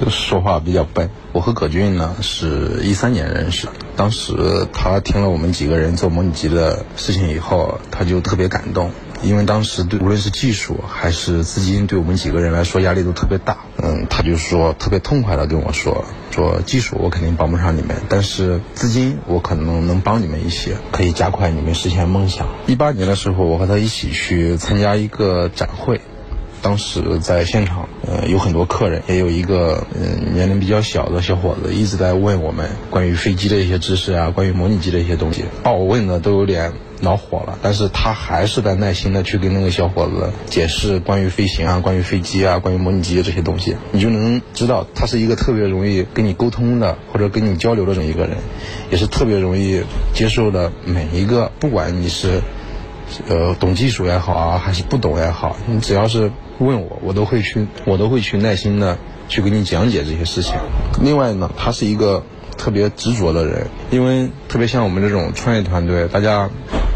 [SPEAKER 4] 就说话比较笨。我和葛俊呢是一三年认识的，当时他听了我们几个人做模拟机的事情以后，他就特别感动，因为当时对无论是技术还是资金，对我们几个人来说压力都特别大。嗯，他就说特别痛快的跟我说，说技术我肯定帮不上你们，但是资金我可能能帮你们一些，可以加快你们实现梦想。一八年的时候，我和他一起去参加一个展会。当时在现场，呃，有很多客人，也有一个嗯、年龄比较小的小伙子一直在问我们关于飞机的一些知识啊，关于模拟机的一些东西，把我问的都有点恼火了，但是他还是在耐心的去跟那个小伙子解释关于飞行啊、关于飞机啊、关于模拟机这些东西，你就能知道他是一个特别容易跟你沟通的或者跟你交流的这么一个人，也是特别容易接受的每一个，不管你是呃，懂技术也好啊，还是不懂也好，你只要是问我，我都会去，我都会去耐心的去给你讲解这些事情。另外呢，他是一个特别执着的人，因为特别像我们这种创业团队，大家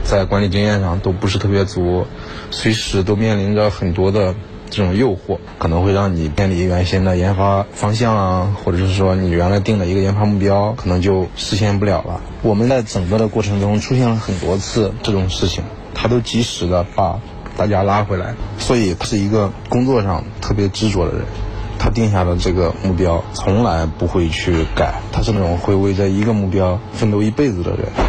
[SPEAKER 4] 在管理经验上都不是特别足，随时都面临着很多的这种诱惑，可能会让你偏离原先的研发方向啊，或者是说你原来定的一个研发目标，可能就实现不了了。我们在整个的过程中出现了很多次这种事情，他都及时的把大家拉回来，所以他是一个工作上特别执着的人。他定下的这个目标从来不会去改，他是那种会为这一个目标奋斗一辈子的人。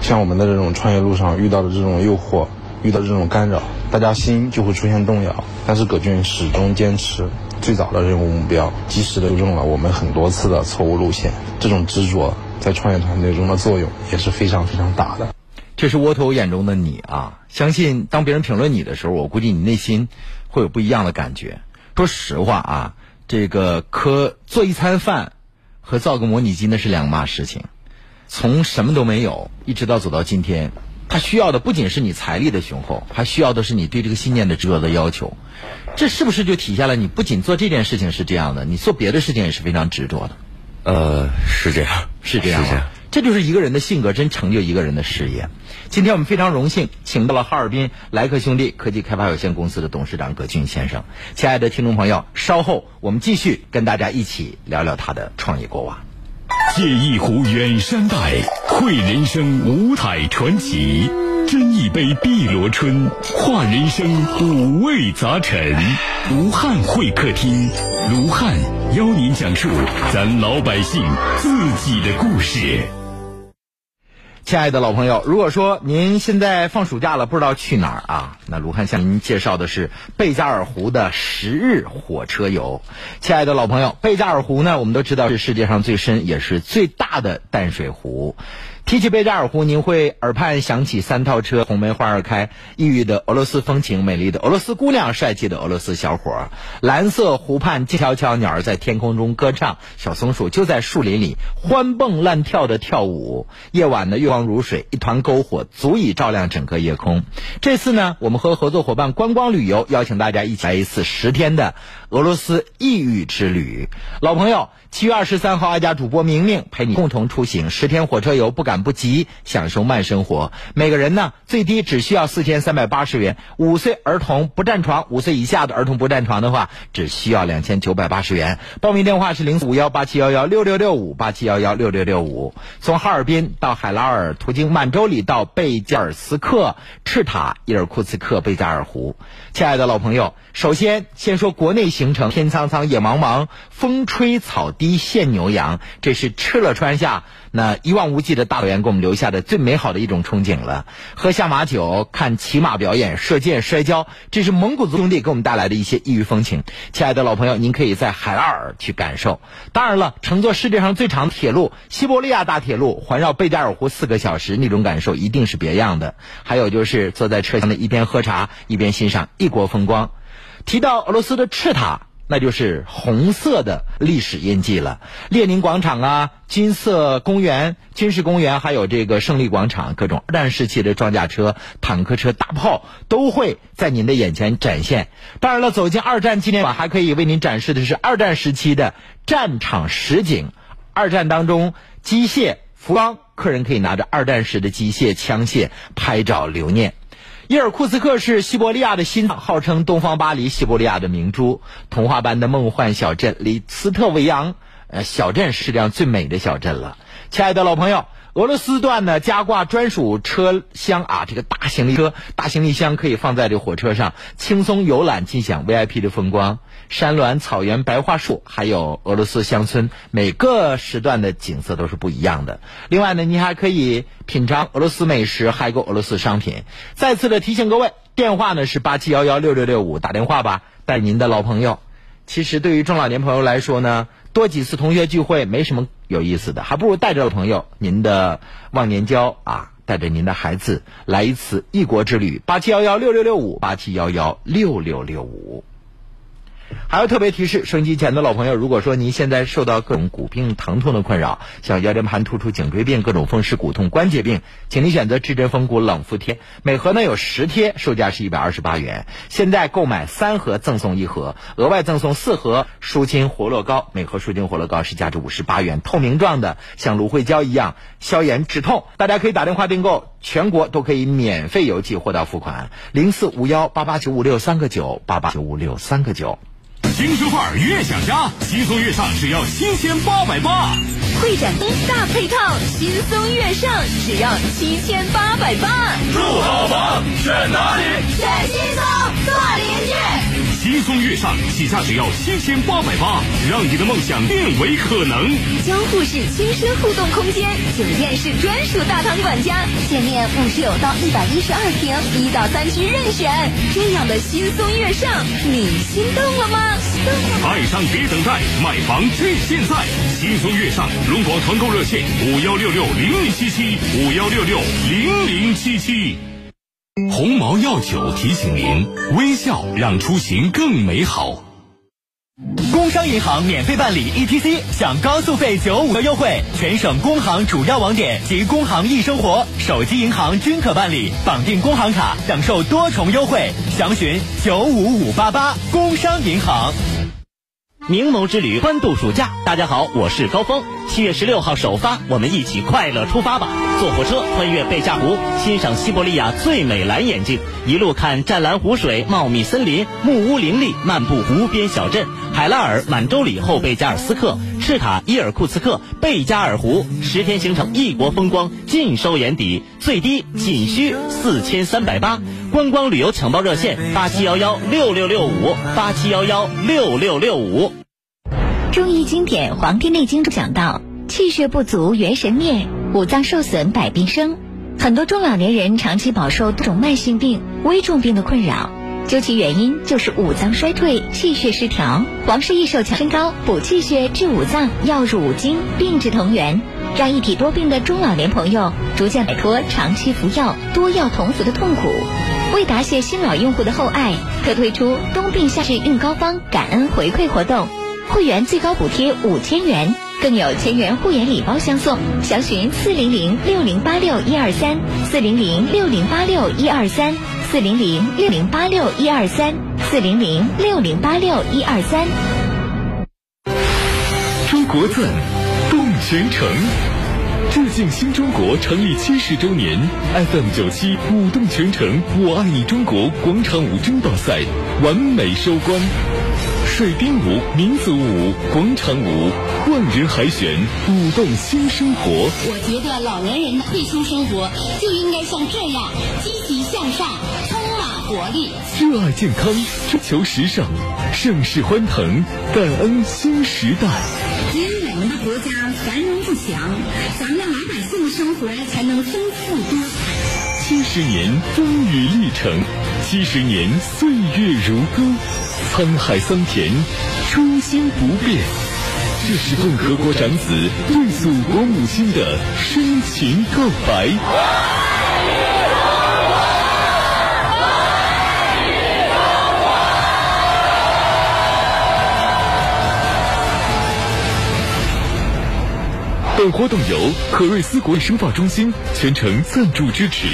[SPEAKER 4] 像我们的这种创业路上遇到的这种诱惑，遇到这种干扰，大家心就会出现动摇。但是葛俊始终坚持最早的任务目标，及时的纠正了我们很多次的错误路线。这种执着在创业团队中的作用也是非常非常大的。
[SPEAKER 1] 这是窝头眼中的你啊！相信当别人评论你的时候，我估计你内心会有不一样的感觉。说实话啊，这个可做一餐饭和造个模拟机那是两码事情。从什么都没有一直到走到今天，它需要的不仅是你财力的雄厚，还需要的是你对这个信念的执着的要求。这是不是就体现了你不仅做这件事情是这样的，你做别的事情也是非常执着的？
[SPEAKER 3] 呃，是这样，
[SPEAKER 1] 是这样吗？
[SPEAKER 3] 是这样
[SPEAKER 1] 这就是一个人的性格，真成就一个人的事业。今天我们非常荣幸请到了哈尔滨莱克兄弟科技开发有限公司的董事长葛俊先生。亲爱的听众朋友，稍后我们继续跟大家一起聊聊他的创业过往。
[SPEAKER 2] 借一壶远山黛，绘人生五彩传奇；斟一杯碧螺春，化人生五味杂陈。卢汉会客厅，卢汉邀您讲述咱老百姓自己的故事。
[SPEAKER 1] 亲爱的老朋友，如果说您现在放暑假了，不知道去哪儿啊？那卢汉向您介绍的是贝加尔湖的十日火车游。亲爱的老朋友，贝加尔湖呢，我们都知道是世界上最深也是最大的淡水湖。提起贝加尔湖，您会耳畔响起三套车、红梅花儿开、异域的俄罗斯风情、美丽的俄罗斯姑娘、帅气的俄罗斯小伙儿、蓝色湖畔静悄悄，鸟儿在天空中歌唱，小松鼠就在树林里欢蹦乱跳的跳舞。夜晚的月光如水，一团篝火足以照亮整个夜空。这次呢，我们和合作伙伴观光旅游邀请大家一起来一次十天的俄罗斯异域之旅。老朋友，七月二十三号，爱家主播明明陪你共同出行十天火车游，不赶不急，享受慢生活。每个人呢，最低只需要四千三百八十元。五岁儿童不占床，五岁以下的儿童不占床的话，只需要两千九百八十元。报名电话是零五幺八七幺幺六六六五八七幺幺六六六五。从哈尔滨到海拉尔，途经满洲里到贝加尔斯克、赤塔、伊尔库茨克、贝加尔湖。亲爱的老朋友，首先先说国内行程，天苍苍，野茫茫，风吹草低见牛羊，这是吃了川下那一望无际的大草原给我们留下的最美好的一种憧憬了。喝下马酒，看骑马表演、射箭、摔跤，这是蒙古族兄弟给我们带来的一些异域风情。亲爱的老朋友，您可以在海拉尔去感受。当然了，乘坐世界上最长的铁路西伯利亚大铁路，环绕贝加尔湖四个小时，那种感受一定是别样的。还有就是坐在车厢的一边喝茶，一边欣赏异国风光。提到俄罗斯的赤塔，那就是红色的历史印记了。列宁广场啊，金色公园、军事公园，还有这个胜利广场，各种二战时期的装甲车、坦克车、大炮都会在您的眼前展现。当然了，走进二战纪念馆，还可以为您展示的是二战时期的战场实景。二战当中，机械、服装，客人可以拿着二战时的机械、枪械拍照留念。伊尔库茨克是西伯利亚的心脏，号称“东方巴黎”，西伯利亚的明珠，童话般的梦幻小镇里斯特维扬，呃，小镇是世界上最美的小镇了。亲爱的老朋友，俄罗斯段呢加挂专属车厢啊，这个大行李车、大行李箱可以放在这火车上，轻松游览，尽享 VIP 的风光。山峦、草原、白桦树，还有俄罗斯乡村，每个时段的景色都是不一样的。另外呢，您还可以品尝俄罗斯美食，采购俄罗斯商品。再次的提醒各位，电话呢是八七幺幺六六六五，打电话吧，带您的老朋友。其实对于中老年朋友来说呢，多几次同学聚会没什么有意思的，还不如带着老朋友，您的忘年交啊，带着您的孩子来一次异国之旅。八七幺幺六六六五，八七幺幺六六六五。还要特别提示，收音机前的老朋友，如果说您现在受到各种骨病疼痛的困扰，像腰间盘突出、颈椎病、各种风湿骨痛、关节病，请您选择至臻风骨冷敷贴，每盒呢有十贴，售价是一百二十八元。现在购买三盒赠送一盒，额外赠送四盒舒筋活络膏，每盒舒筋活络膏是价值五十八元，透明状的，像芦荟胶一样消炎止痛。大家可以打电话订购，全国都可以免费邮寄或到付款，零四五幺八八九五六三个九八八九五六三个九。
[SPEAKER 5] 京师范儿越想家，轻松越上只要七千八百八。
[SPEAKER 6] 会展东大配套，轻松月上，只要七千八百八。
[SPEAKER 5] 住好房选哪里？
[SPEAKER 6] 选轻松，做邻居。
[SPEAKER 5] 轻松月上起价只要七千八百八，让你的梦想变为可能。
[SPEAKER 6] 交互式亲身互动空间，酒店式专属大堂管家，限面五十九到一百一十二平，一到三区任选。这样的轻松月上，你心动了吗？心动了吗？
[SPEAKER 5] 爱上别等待，买房趁现在！轻松月上龙广团购热线五幺六六零零七七五幺六六零零七七。鸿茅药酒提醒您：微笑让出行更美好。
[SPEAKER 7] 工商银行免费办理 ETC，享高速费九五折优惠。全省工行主要网点及工行易生活、手机银行均可办理，绑定工行卡享受多重优惠。详询九五五八八工商银行。明眸之旅欢度暑假，大家好，我是高峰。七月十六号首发，我们一起快乐出发吧！坐火车穿越贝加湖，欣赏西伯利亚最美蓝眼睛，一路看湛蓝湖水、茂密森林、木屋林立，漫步湖边小镇海拉尔、满洲里、后贝加尔斯克、赤塔伊尔库茨克、贝加尔湖。十天行程，异国风光尽收眼底，最低仅需四千三百八。观光旅游抢报热线：八七幺幺六六六五八七幺幺六六六五。
[SPEAKER 6] 中医经典《黄帝内经》中讲到，气血不足元神灭，五脏受损百病生。很多中老年人长期饱受多种慢性病、危重病的困扰，究其原因就是五脏衰退、气血失调。王氏益寿强身膏补气血、治五脏，药入五经，病治同源，让一体多病的中老年朋友逐渐摆脱长期服药、多药同服的痛苦。为答谢新老用户的厚爱，特推出冬病夏治孕膏方感恩回馈活动。会员最高补贴五千元，更有千元护眼礼包相送。详询四零零六零八六一二三，四零零六零八六一二三，四零零六零八六一二三，四零零六零八六一二三。
[SPEAKER 2] 中国赞，动全城。致敬新中国成立七十周年，FM 九七舞动全城“我爱你中国”广场舞争霸赛完美收官。水丁舞、民族舞、广场舞，万人海选，舞动新生活。
[SPEAKER 8] 我觉得老年人的退休生活就应该像这样积极向上，充满活力。
[SPEAKER 2] 热爱健康，追求时尚，盛世欢腾，感恩新时代。
[SPEAKER 8] 只有我们的国家繁荣富强，咱们老百姓的生活才能丰富多彩。
[SPEAKER 2] 七十年风雨历程，七十年岁月如歌，沧海桑田，初心不变。这是共和国长子对祖国母亲的深情告白。本活动由可瑞思国生发中心全程赞助支持，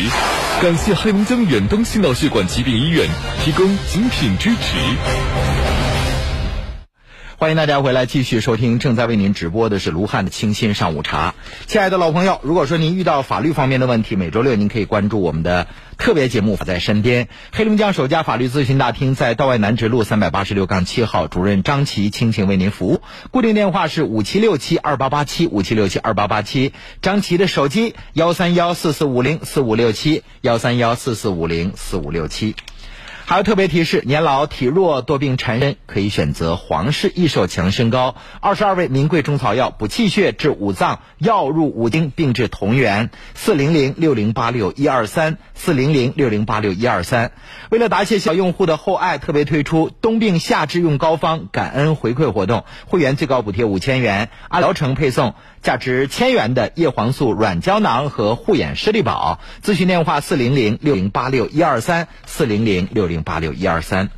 [SPEAKER 2] 感谢黑龙江远东心脑血管疾病医院提供精品支持。
[SPEAKER 1] 欢迎大家回来继续收听，正在为您直播的是卢汉的清新上午茶。亲爱的老朋友，如果说您遇到法律方面的问题，每周六您可以关注我们的特别节目《法在身边》。黑龙江首家法律咨询大厅在道外南直路三百八十六杠七号，主任张琪倾情为您服务。固定电话是五七六七二八八七五七六七二八八七，张琪的手机幺三幺四四五零四五六七幺三幺四四五零四五六七。还有特别提示：年老体弱、多病缠身，可以选择皇氏益寿强身膏，二十二味名贵中草药，补气血、治五脏，药入五经，并治同源。四零零六零八六一二三，四零零六零八六一二三。为了答谢小用户的厚爱，特别推出冬病夏治用膏方感恩回馈活动，会员最高补贴五千元，按疗程配送价值千元的叶黄素软胶囊和护眼视力宝。咨询电话：四零零六零八六一二三，四零零六零。零八六一二三。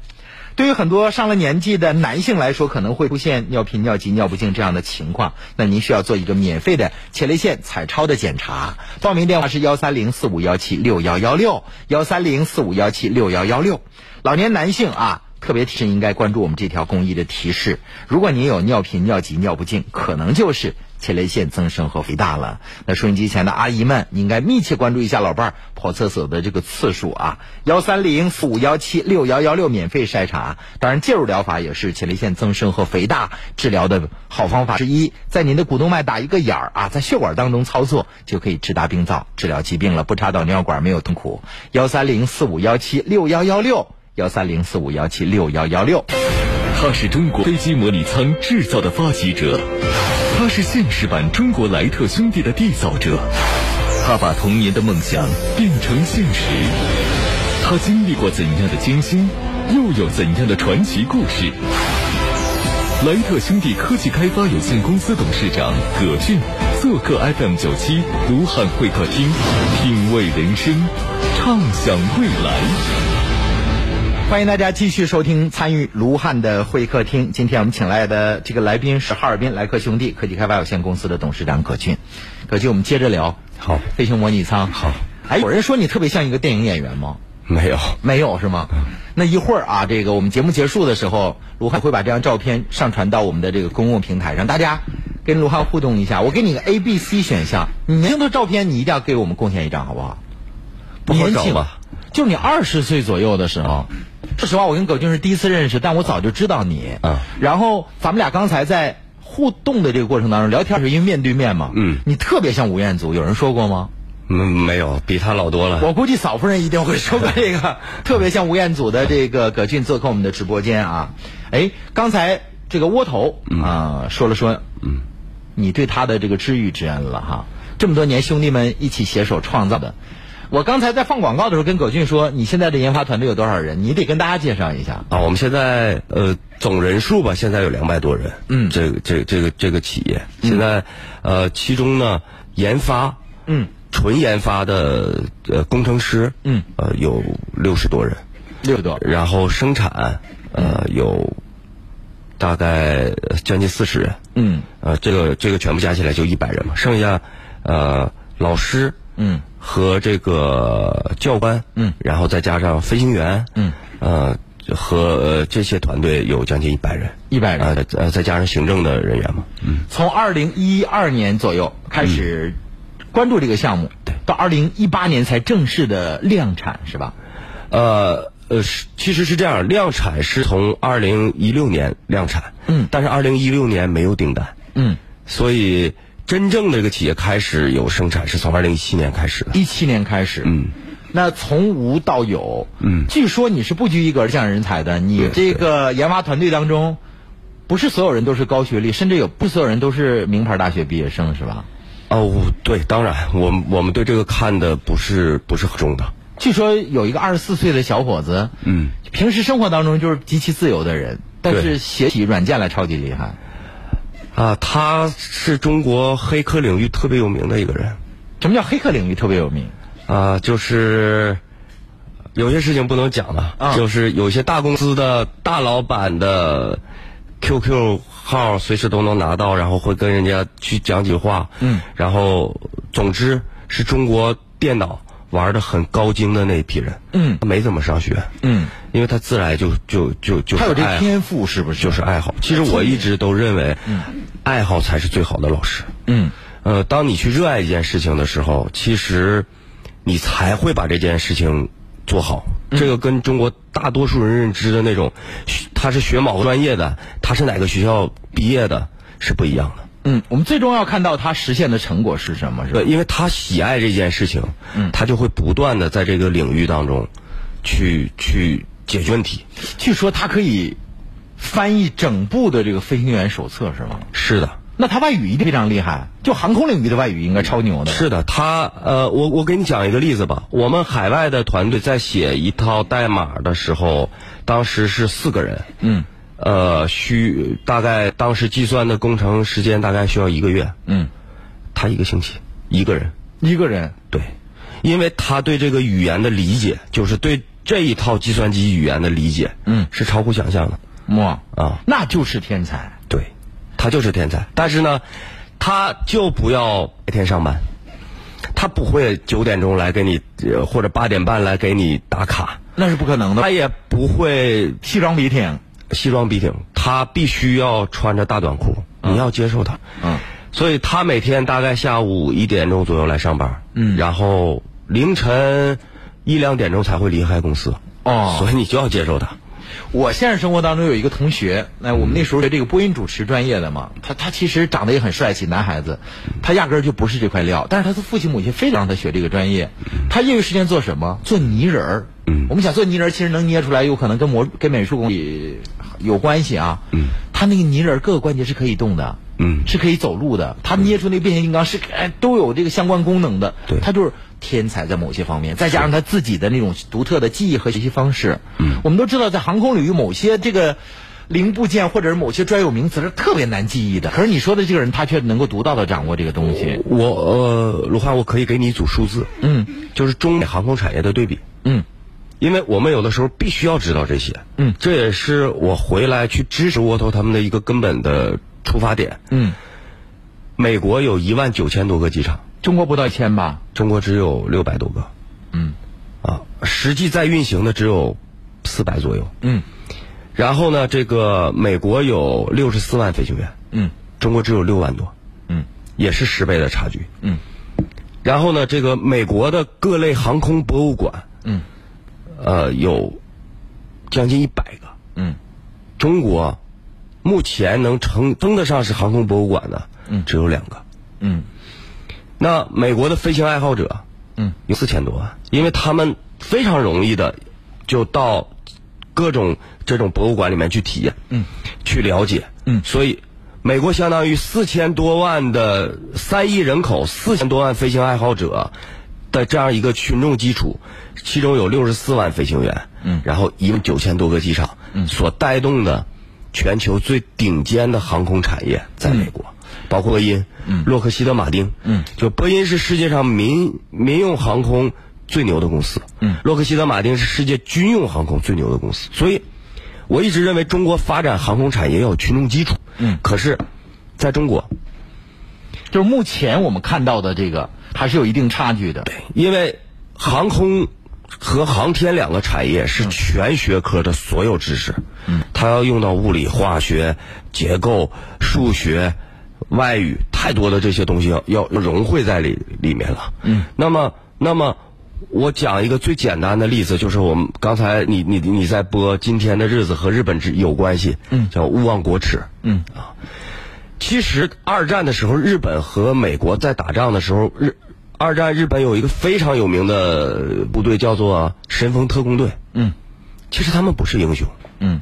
[SPEAKER 1] 对于很多上了年纪的男性来说，可能会出现尿频、尿急、尿不尽这样的情况。那您需要做一个免费的前列腺彩超的检查，报名电话是幺三零四五幺七六幺幺六，幺三零四五幺七六幺幺六。老年男性啊。特别提示应该关注我们这条公益的提示。如果您有尿频、尿急、尿不尽，可能就是前列腺增生和肥大了。那收音机前的阿姨们，你应该密切关注一下老伴儿跑厕所的这个次数啊。幺三零四五幺七六幺幺六免费筛查，当然介入疗法也是前列腺增生和肥大治疗的好方法之一。在您的股动脉打一个眼儿啊，在血管当中操作就可以治大病灶、治疗疾病了，不插导尿管，没有痛苦。幺三零四五幺七六幺幺六。幺三零四五幺七六幺幺六，
[SPEAKER 2] 他是中国飞机模拟舱制造的发起者，他是现实版中国莱特兄弟的缔造者，他把童年的梦想变成现实。他经历过怎样的艰辛，又有怎样的传奇故事？莱特兄弟科技开发有限公司董事长葛俊做客 FM 九七卢汉会客厅，品味人生，畅想未来。
[SPEAKER 1] 欢迎大家继续收听参与卢汉的会客厅。今天我们请来的这个来宾是哈尔滨莱克兄弟科技开发有限公司的董事长葛俊。葛俊，我们接着聊。
[SPEAKER 3] 好，
[SPEAKER 1] 飞行模拟舱。好，哎，有人说你特别像一个电影演员吗？
[SPEAKER 3] 没有，
[SPEAKER 1] 没有是
[SPEAKER 3] 嗯
[SPEAKER 1] 吗？那一会儿啊，这个我们节目结束的时候，卢汉会把这张照片上传到我们的这个公共平台上，大家跟卢汉互动一下。我给你个 A、B、C 选项，你年轻的照片你一定要给我们贡献一张，好不好？
[SPEAKER 3] 不好
[SPEAKER 1] 年
[SPEAKER 3] 找
[SPEAKER 1] 轻
[SPEAKER 3] 吧？
[SPEAKER 1] 就是你二十岁左右的时候。说实话，我跟葛军是第一次认识，但我早就知道你。
[SPEAKER 3] 啊
[SPEAKER 1] 然后咱们俩刚才在互动的这个过程当中聊天时，因为面对面嘛，
[SPEAKER 3] 嗯
[SPEAKER 1] 你特别像吴彦祖，有人说过吗？
[SPEAKER 3] 嗯，没有，比他老多了。
[SPEAKER 1] 我估计嫂夫人一定会说过这个，特别像吴彦祖的这个葛俊做客我们的直播间啊。哎，刚才这个窝头啊、说了说，嗯，你对他的这个知遇之恩了哈。这么多年兄弟们一起携手创造的，我刚才在放广告的时候跟葛俊说，你现在的研发团队有多少人？你得跟大家介绍一下。
[SPEAKER 3] 啊，我们现在呃总人数吧，现在有两百多人。
[SPEAKER 1] 嗯
[SPEAKER 3] 这个这个这个这个企业现在、呃，其中呢研发
[SPEAKER 1] 嗯，
[SPEAKER 3] 纯研发的呃工程师
[SPEAKER 1] 嗯
[SPEAKER 3] 呃有六十多人，
[SPEAKER 1] 六十多。
[SPEAKER 3] 然后生产呃
[SPEAKER 1] 嗯
[SPEAKER 3] 有大概将近四十人。
[SPEAKER 1] 嗯
[SPEAKER 3] 呃，这个这个全部加起来就一百人嘛，剩下呃老师
[SPEAKER 1] 嗯
[SPEAKER 3] 和这个教官
[SPEAKER 1] 嗯
[SPEAKER 3] 然后再加上飞行员
[SPEAKER 1] 嗯
[SPEAKER 3] 呃和呃这些团队有将近一百人
[SPEAKER 1] 100人
[SPEAKER 3] 呃呃再加上行政的人员嘛，嗯，
[SPEAKER 1] 从二零一二年左右开始关注这个项目，到二零一八年才正式的量产，是吧？
[SPEAKER 3] 呃呃是其实是这样，量产是从二零一六年量产，
[SPEAKER 1] 嗯
[SPEAKER 3] 但是二零一六年没有订单，
[SPEAKER 1] 嗯，
[SPEAKER 3] 所以真正的这个企业开始有生产是从二零一七年开始的，
[SPEAKER 1] 一七年开始，
[SPEAKER 3] 嗯，
[SPEAKER 1] 那从无到有，
[SPEAKER 3] 嗯
[SPEAKER 1] 据说你是不拘一格降人才的，你这个研发团队当中，不是所有人都是高学历，甚至有不所有人都是名牌大学毕业生，是吧？
[SPEAKER 3] 哦，我对，当然，我们我们对这个看的不是不是很重的。
[SPEAKER 1] 据说有一个二十四岁的小伙子，
[SPEAKER 3] 嗯，
[SPEAKER 1] 平时生活当中就是极其自由的人，但是
[SPEAKER 3] 对
[SPEAKER 1] 写起软件来超级厉害。
[SPEAKER 3] 啊，他是中国黑客领域特别有名的一个人。
[SPEAKER 1] 什么叫黑客领域特别有名？
[SPEAKER 3] 啊，就是有些事情不能讲了，
[SPEAKER 1] 啊
[SPEAKER 3] 就是有些大公司的大老板的 QQ 号随时都能拿到，然后会跟人家去讲几句话。
[SPEAKER 1] 嗯，
[SPEAKER 3] 然后总之是中国电脑玩的很高精的那一批人。
[SPEAKER 1] 嗯
[SPEAKER 3] 他没怎么上学。
[SPEAKER 1] 嗯，
[SPEAKER 3] 因为他自来就就就就是
[SPEAKER 1] 他有这个
[SPEAKER 3] 爱好
[SPEAKER 1] 天赋是不是？
[SPEAKER 3] 就是爱好。其实我一直都认为，爱好才是最好的老师。
[SPEAKER 1] 嗯
[SPEAKER 3] 呃，当你去热爱一件事情的时候，其实你才会把这件事情做好。这个跟中国大多数人认知的那种，学他是学某个专业的，他是哪个学校毕业的，是不一样的。
[SPEAKER 1] 嗯，我们最终要看到他实现的成果是什么，是吧
[SPEAKER 3] 对，？因为他喜爱这件事情，他就会不断的在这个领域当中去去解决问题。
[SPEAKER 1] 据说他可以翻译整部的这个飞行员手册，是吗？
[SPEAKER 3] 是的。
[SPEAKER 1] 那他外语一定非常厉害，就航空领域的外语应该超牛的。
[SPEAKER 3] 是的，他呃，我我给你讲一个例子吧。我们海外的团队在写一套代码的时候，当时是四个人，
[SPEAKER 1] 嗯，
[SPEAKER 3] 呃，需大概当时计算的工程时间大概需要一个月，
[SPEAKER 1] 嗯，
[SPEAKER 3] 他一个星期一个人，
[SPEAKER 1] 一个人，
[SPEAKER 3] 对，因为他对这个语言的理解，就是对这一套计算机语言的理解，
[SPEAKER 1] 嗯
[SPEAKER 3] 是超乎想象的。
[SPEAKER 1] 哇
[SPEAKER 3] 啊，
[SPEAKER 1] 那就是天才。
[SPEAKER 3] 对，他就是天才。但是呢，他就不要白天上班，他不会九点钟来给你，呃或者八点半来给你打卡，
[SPEAKER 1] 那是不可能
[SPEAKER 3] 他
[SPEAKER 1] 的，
[SPEAKER 3] 也不会
[SPEAKER 1] 西装笔挺。
[SPEAKER 3] 西装笔挺，他必须要穿着大短裤，你要接受他。
[SPEAKER 1] 嗯，
[SPEAKER 3] 所以他每天大概下午一点钟左右来上班，嗯，然后凌晨一两点钟才会离开公司。
[SPEAKER 1] 哦
[SPEAKER 3] 所以你就要接受他。
[SPEAKER 1] 我现实生活当中有一个同学，那我们那时候学这个播音主持专业的嘛，他他其实长得也很帅气，男孩子，他压根儿就不是这块料，但是他的父亲母亲非得让他学这个专业。他业余时间做什么？做泥人儿。嗯，我们想做泥人儿，其实能捏出来，有可能跟魔跟美术功底有关系啊。嗯，他那个泥人儿各个关节是可以动的。
[SPEAKER 3] 嗯
[SPEAKER 1] 是可以走路的，他捏出那个变形金刚是哎都有这个相关功能的，
[SPEAKER 3] 对
[SPEAKER 1] 他就是天才在某些方面，再加上他自己的那种独特的记忆和学习方式。嗯，我们都知道在航空领域某些这个零部件或者是某些专有名词是特别难记忆的，可是你说的这个人他却能够独到的掌握这个东西。
[SPEAKER 3] 我呃，鲁汉，我可以给你一组数字，
[SPEAKER 1] 嗯，
[SPEAKER 3] 就是中美航空产业的对比，
[SPEAKER 1] 嗯，
[SPEAKER 3] 因为我们有的时候必须要知道这些，
[SPEAKER 1] 嗯，
[SPEAKER 3] 这也是我回来去支持窝头他们的一个根本的出发点。
[SPEAKER 1] 嗯，
[SPEAKER 3] 美国有一万九千多个机场，
[SPEAKER 1] 中国不到一千吧？
[SPEAKER 3] 中国只有六百多个，
[SPEAKER 1] 嗯，
[SPEAKER 3] 啊，实际在运行的只有四百左右。
[SPEAKER 1] 嗯
[SPEAKER 3] 然后呢，这个美国有六十四万飞行员，
[SPEAKER 1] 嗯
[SPEAKER 3] 中国只有六万多，
[SPEAKER 1] 嗯
[SPEAKER 3] 也是十倍的差距。
[SPEAKER 1] 嗯
[SPEAKER 3] 然后呢，这个美国的各类航空博物馆，
[SPEAKER 1] 嗯
[SPEAKER 3] 呃，有将近一百个。
[SPEAKER 1] 嗯
[SPEAKER 3] 中国目前能称称得上是航空博物馆的，
[SPEAKER 1] 嗯
[SPEAKER 3] 只有两个。
[SPEAKER 1] 嗯
[SPEAKER 3] 那美国的飞行爱好者，
[SPEAKER 1] 嗯，
[SPEAKER 3] 有四千多万，因为他们非常容易的就到各种这种博物馆里面去体验，嗯，去了解，
[SPEAKER 1] 嗯
[SPEAKER 3] 所以美国相当于四千多万的三亿人口，四千多万飞行爱好者的这样一个群众基础，其中有六十四万飞行员，嗯，然后一万九千多个机场，嗯，所带动的全球最顶尖的航空产业在美国。包括波音，嗯，洛克希德马丁，嗯，就波音是世界上民民用航空最牛的公司，嗯，洛克希德马丁是世界军用航空最牛的公司，所以我一直认为中国发展航空产业要有群众基础，嗯，可是在中国，
[SPEAKER 1] 就是目前我们看到的这个还是有一定差距的。
[SPEAKER 3] 因为航空和航天两个产业是全学科的所有知识，嗯，它要用到物理、化学、结构、数学、外语，太多的这些东西要要要融汇在里里面了，嗯，那么那么。我讲一个最简单的例子，就是我们刚才你你你在播《今天的日子》和日本之有关系，嗯，叫勿忘国耻，嗯啊，其实二战的时候，日本和美国在打仗的时候，日二战日本有一个非常有名的部队叫做神风特工队。
[SPEAKER 1] 嗯，
[SPEAKER 3] 其实他们不是英雄。
[SPEAKER 1] 嗯，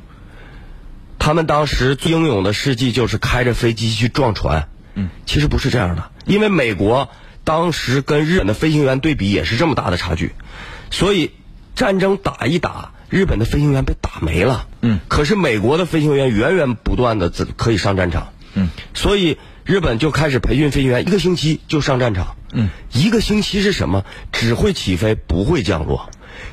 [SPEAKER 3] 他们当时最英勇的事迹就是开着飞机去撞船。嗯，其实不是这样的，因为美国当时跟日本的飞行员对比也是这么大的差距，所以战争打一打，日本的飞行员被打没了。嗯，可是美国的飞行员源源不断的可以上战场。嗯，所以日本就开始培训飞行员，一个星期就上战场。嗯，一个星期是什么？只会起飞，不会降落。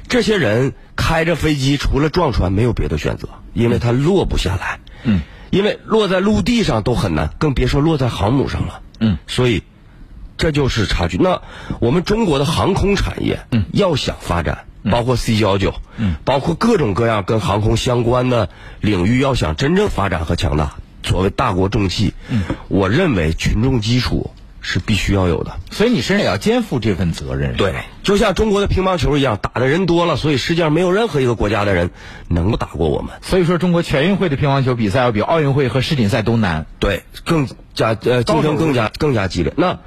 [SPEAKER 3] 这些人开着飞机，除了撞船没有别的选择，因为他落不下来。嗯，因为落在陆地上都很难，更别说落在航母上了。嗯，所以这就是差距。那我们中国的航空产业，嗯，要想发展，包括 C 幺九，嗯，包括各种各样跟航空相关的领域，要想真正发展和强大，所谓大国重器，嗯，我认为群众基础是必须要有的。
[SPEAKER 1] 所以你身上也要肩负这份责任。，
[SPEAKER 3] 对，就像中国的乒乓球一样，打的人多了，所以世界上没有任何一个国家的人能够打过我们。
[SPEAKER 1] 所以说中国全运会的乒乓球比赛要比奥运会和世锦赛都难。
[SPEAKER 3] 对，更加呃竞争更加更加激烈。那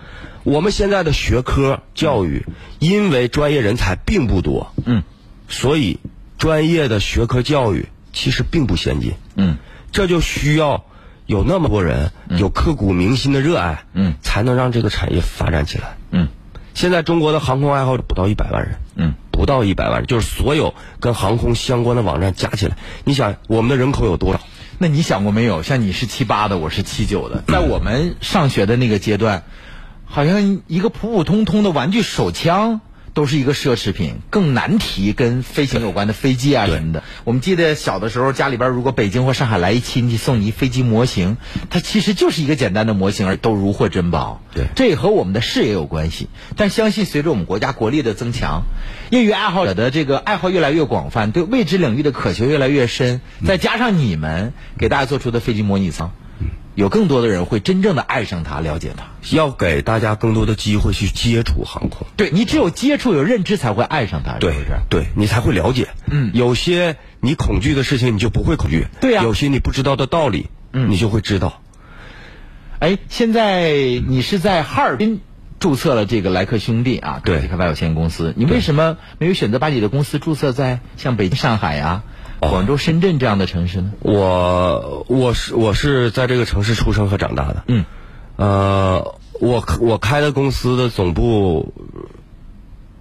[SPEAKER 3] 我们现在的学科教育，因为专业人才并不多，
[SPEAKER 1] 嗯，
[SPEAKER 3] 所以专业的学科教育其实并不先进，
[SPEAKER 1] 嗯，
[SPEAKER 3] 这就需要有那么多人有刻骨铭心的热爱，
[SPEAKER 1] 嗯，
[SPEAKER 3] 才能让这个产业发展起来，
[SPEAKER 1] 嗯。
[SPEAKER 3] 现在中国的航空爱好者不到一百万人，
[SPEAKER 1] 嗯，
[SPEAKER 3] 不到一百万人，就是所有跟航空相关的网站加起来，你想我们的人口有多少？
[SPEAKER 1] 那你想过没有？像你是七八的，我是七九的，在我们上学的那个阶段，好像一个普普通通的玩具手枪都是一个奢侈品，更难提跟飞行有关的飞机啊什么的。我们记得小的时候，家里边如果北京或上海来一亲戚送你一飞机模型，它其实就是一个简单的模型，而都如获珍宝。
[SPEAKER 3] 对
[SPEAKER 1] 这也和我们的视野有关系。但相信随着我们国家国力的增强，业余爱好者的这个爱好越来越广泛，对未知领域的渴求越来越深，
[SPEAKER 3] 嗯
[SPEAKER 1] 再加上你们给大家做出的飞机模拟舱，有更多的人会真正的爱上它，了解它。
[SPEAKER 3] 要给大家更多的机会去接触航空。
[SPEAKER 1] 对你只有接触有认知才会爱上它，
[SPEAKER 3] 对
[SPEAKER 1] 是不是？
[SPEAKER 3] 对，你才会了解。
[SPEAKER 1] 嗯
[SPEAKER 3] 有些你恐惧的事情，你就不会恐惧。
[SPEAKER 1] 对呀
[SPEAKER 3] 有些你不知道的道理，嗯，你就会知道。
[SPEAKER 1] 哎，现在你是在哈尔滨注册了这个莱克兄弟啊，
[SPEAKER 3] 对
[SPEAKER 1] 科技开发有限公司。你为什么没有选择把你的公司注册在像北京、上海啊、
[SPEAKER 3] 哦
[SPEAKER 1] 广州、深圳这样的城市呢？
[SPEAKER 3] 我我是我是在这个城市出生和长大的。
[SPEAKER 1] 嗯，
[SPEAKER 3] 呃，我我开的公司的总部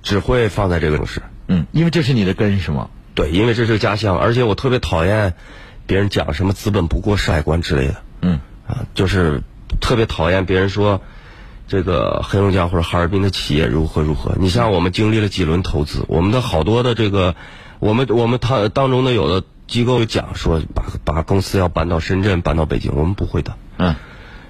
[SPEAKER 3] 只会放在这个城市。
[SPEAKER 1] 嗯，因为这是你的根，是吗？
[SPEAKER 3] 对，因为这是个家乡，而且我特别讨厌别人讲什么资本不过山海关之类的。
[SPEAKER 1] 嗯
[SPEAKER 3] 啊，就是特别讨厌别人说这个黑龙江或者哈尔滨的企业如何如何。你像我们经历了几轮投资，我们的好多的这个，我们我们当当中的有的机构讲说把把公司要搬到深圳，搬到北京，我们不会的，
[SPEAKER 1] 嗯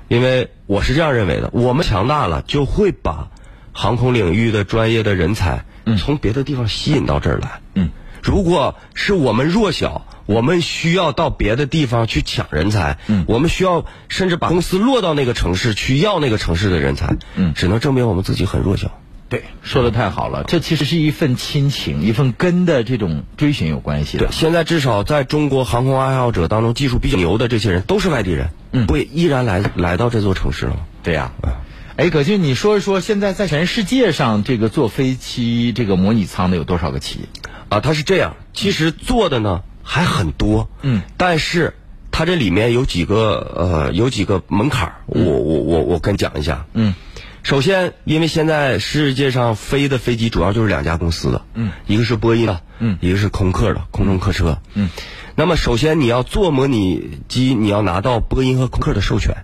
[SPEAKER 3] 因为我是这样认为的，我们强大了就会把航空领域的专业的人才从别的地方吸引到这儿来。
[SPEAKER 1] 嗯，
[SPEAKER 3] 如果是我们弱小，我们需要到别的地方去抢人才，
[SPEAKER 1] 嗯
[SPEAKER 3] 我们需要甚至把公司落到那个城市去要那个城市的人才，
[SPEAKER 1] 嗯
[SPEAKER 3] 只能证明我们自己很弱小。
[SPEAKER 1] 对，说的太好了，这其实是一份亲情，一份根的这种追寻有关系的。
[SPEAKER 3] 对，现在至少在中国航空爱好者当中，技术比较牛的这些人都是外地人，
[SPEAKER 1] 嗯
[SPEAKER 3] 不也依然来来到这座城市了吗？
[SPEAKER 1] 对呀、
[SPEAKER 3] 嗯
[SPEAKER 1] 哎，葛军，你说一说现在在全世界上这个做飞机这个模拟舱的有多少个企业？
[SPEAKER 3] 啊，它是这样，其实做的呢还很多，
[SPEAKER 1] 嗯，
[SPEAKER 3] 但是它这里面有几个呃有几个门槛儿我我我我跟你讲一下，
[SPEAKER 1] 嗯，
[SPEAKER 3] 首先因为现在世界上飞的飞机主要就是两家公司的，
[SPEAKER 1] 嗯，
[SPEAKER 3] 一个是波音的，啊
[SPEAKER 1] 嗯
[SPEAKER 3] 一个是空客的空中客车，
[SPEAKER 1] 嗯，
[SPEAKER 3] 那么首先你要做模拟机，你要拿到波音和空客的授权，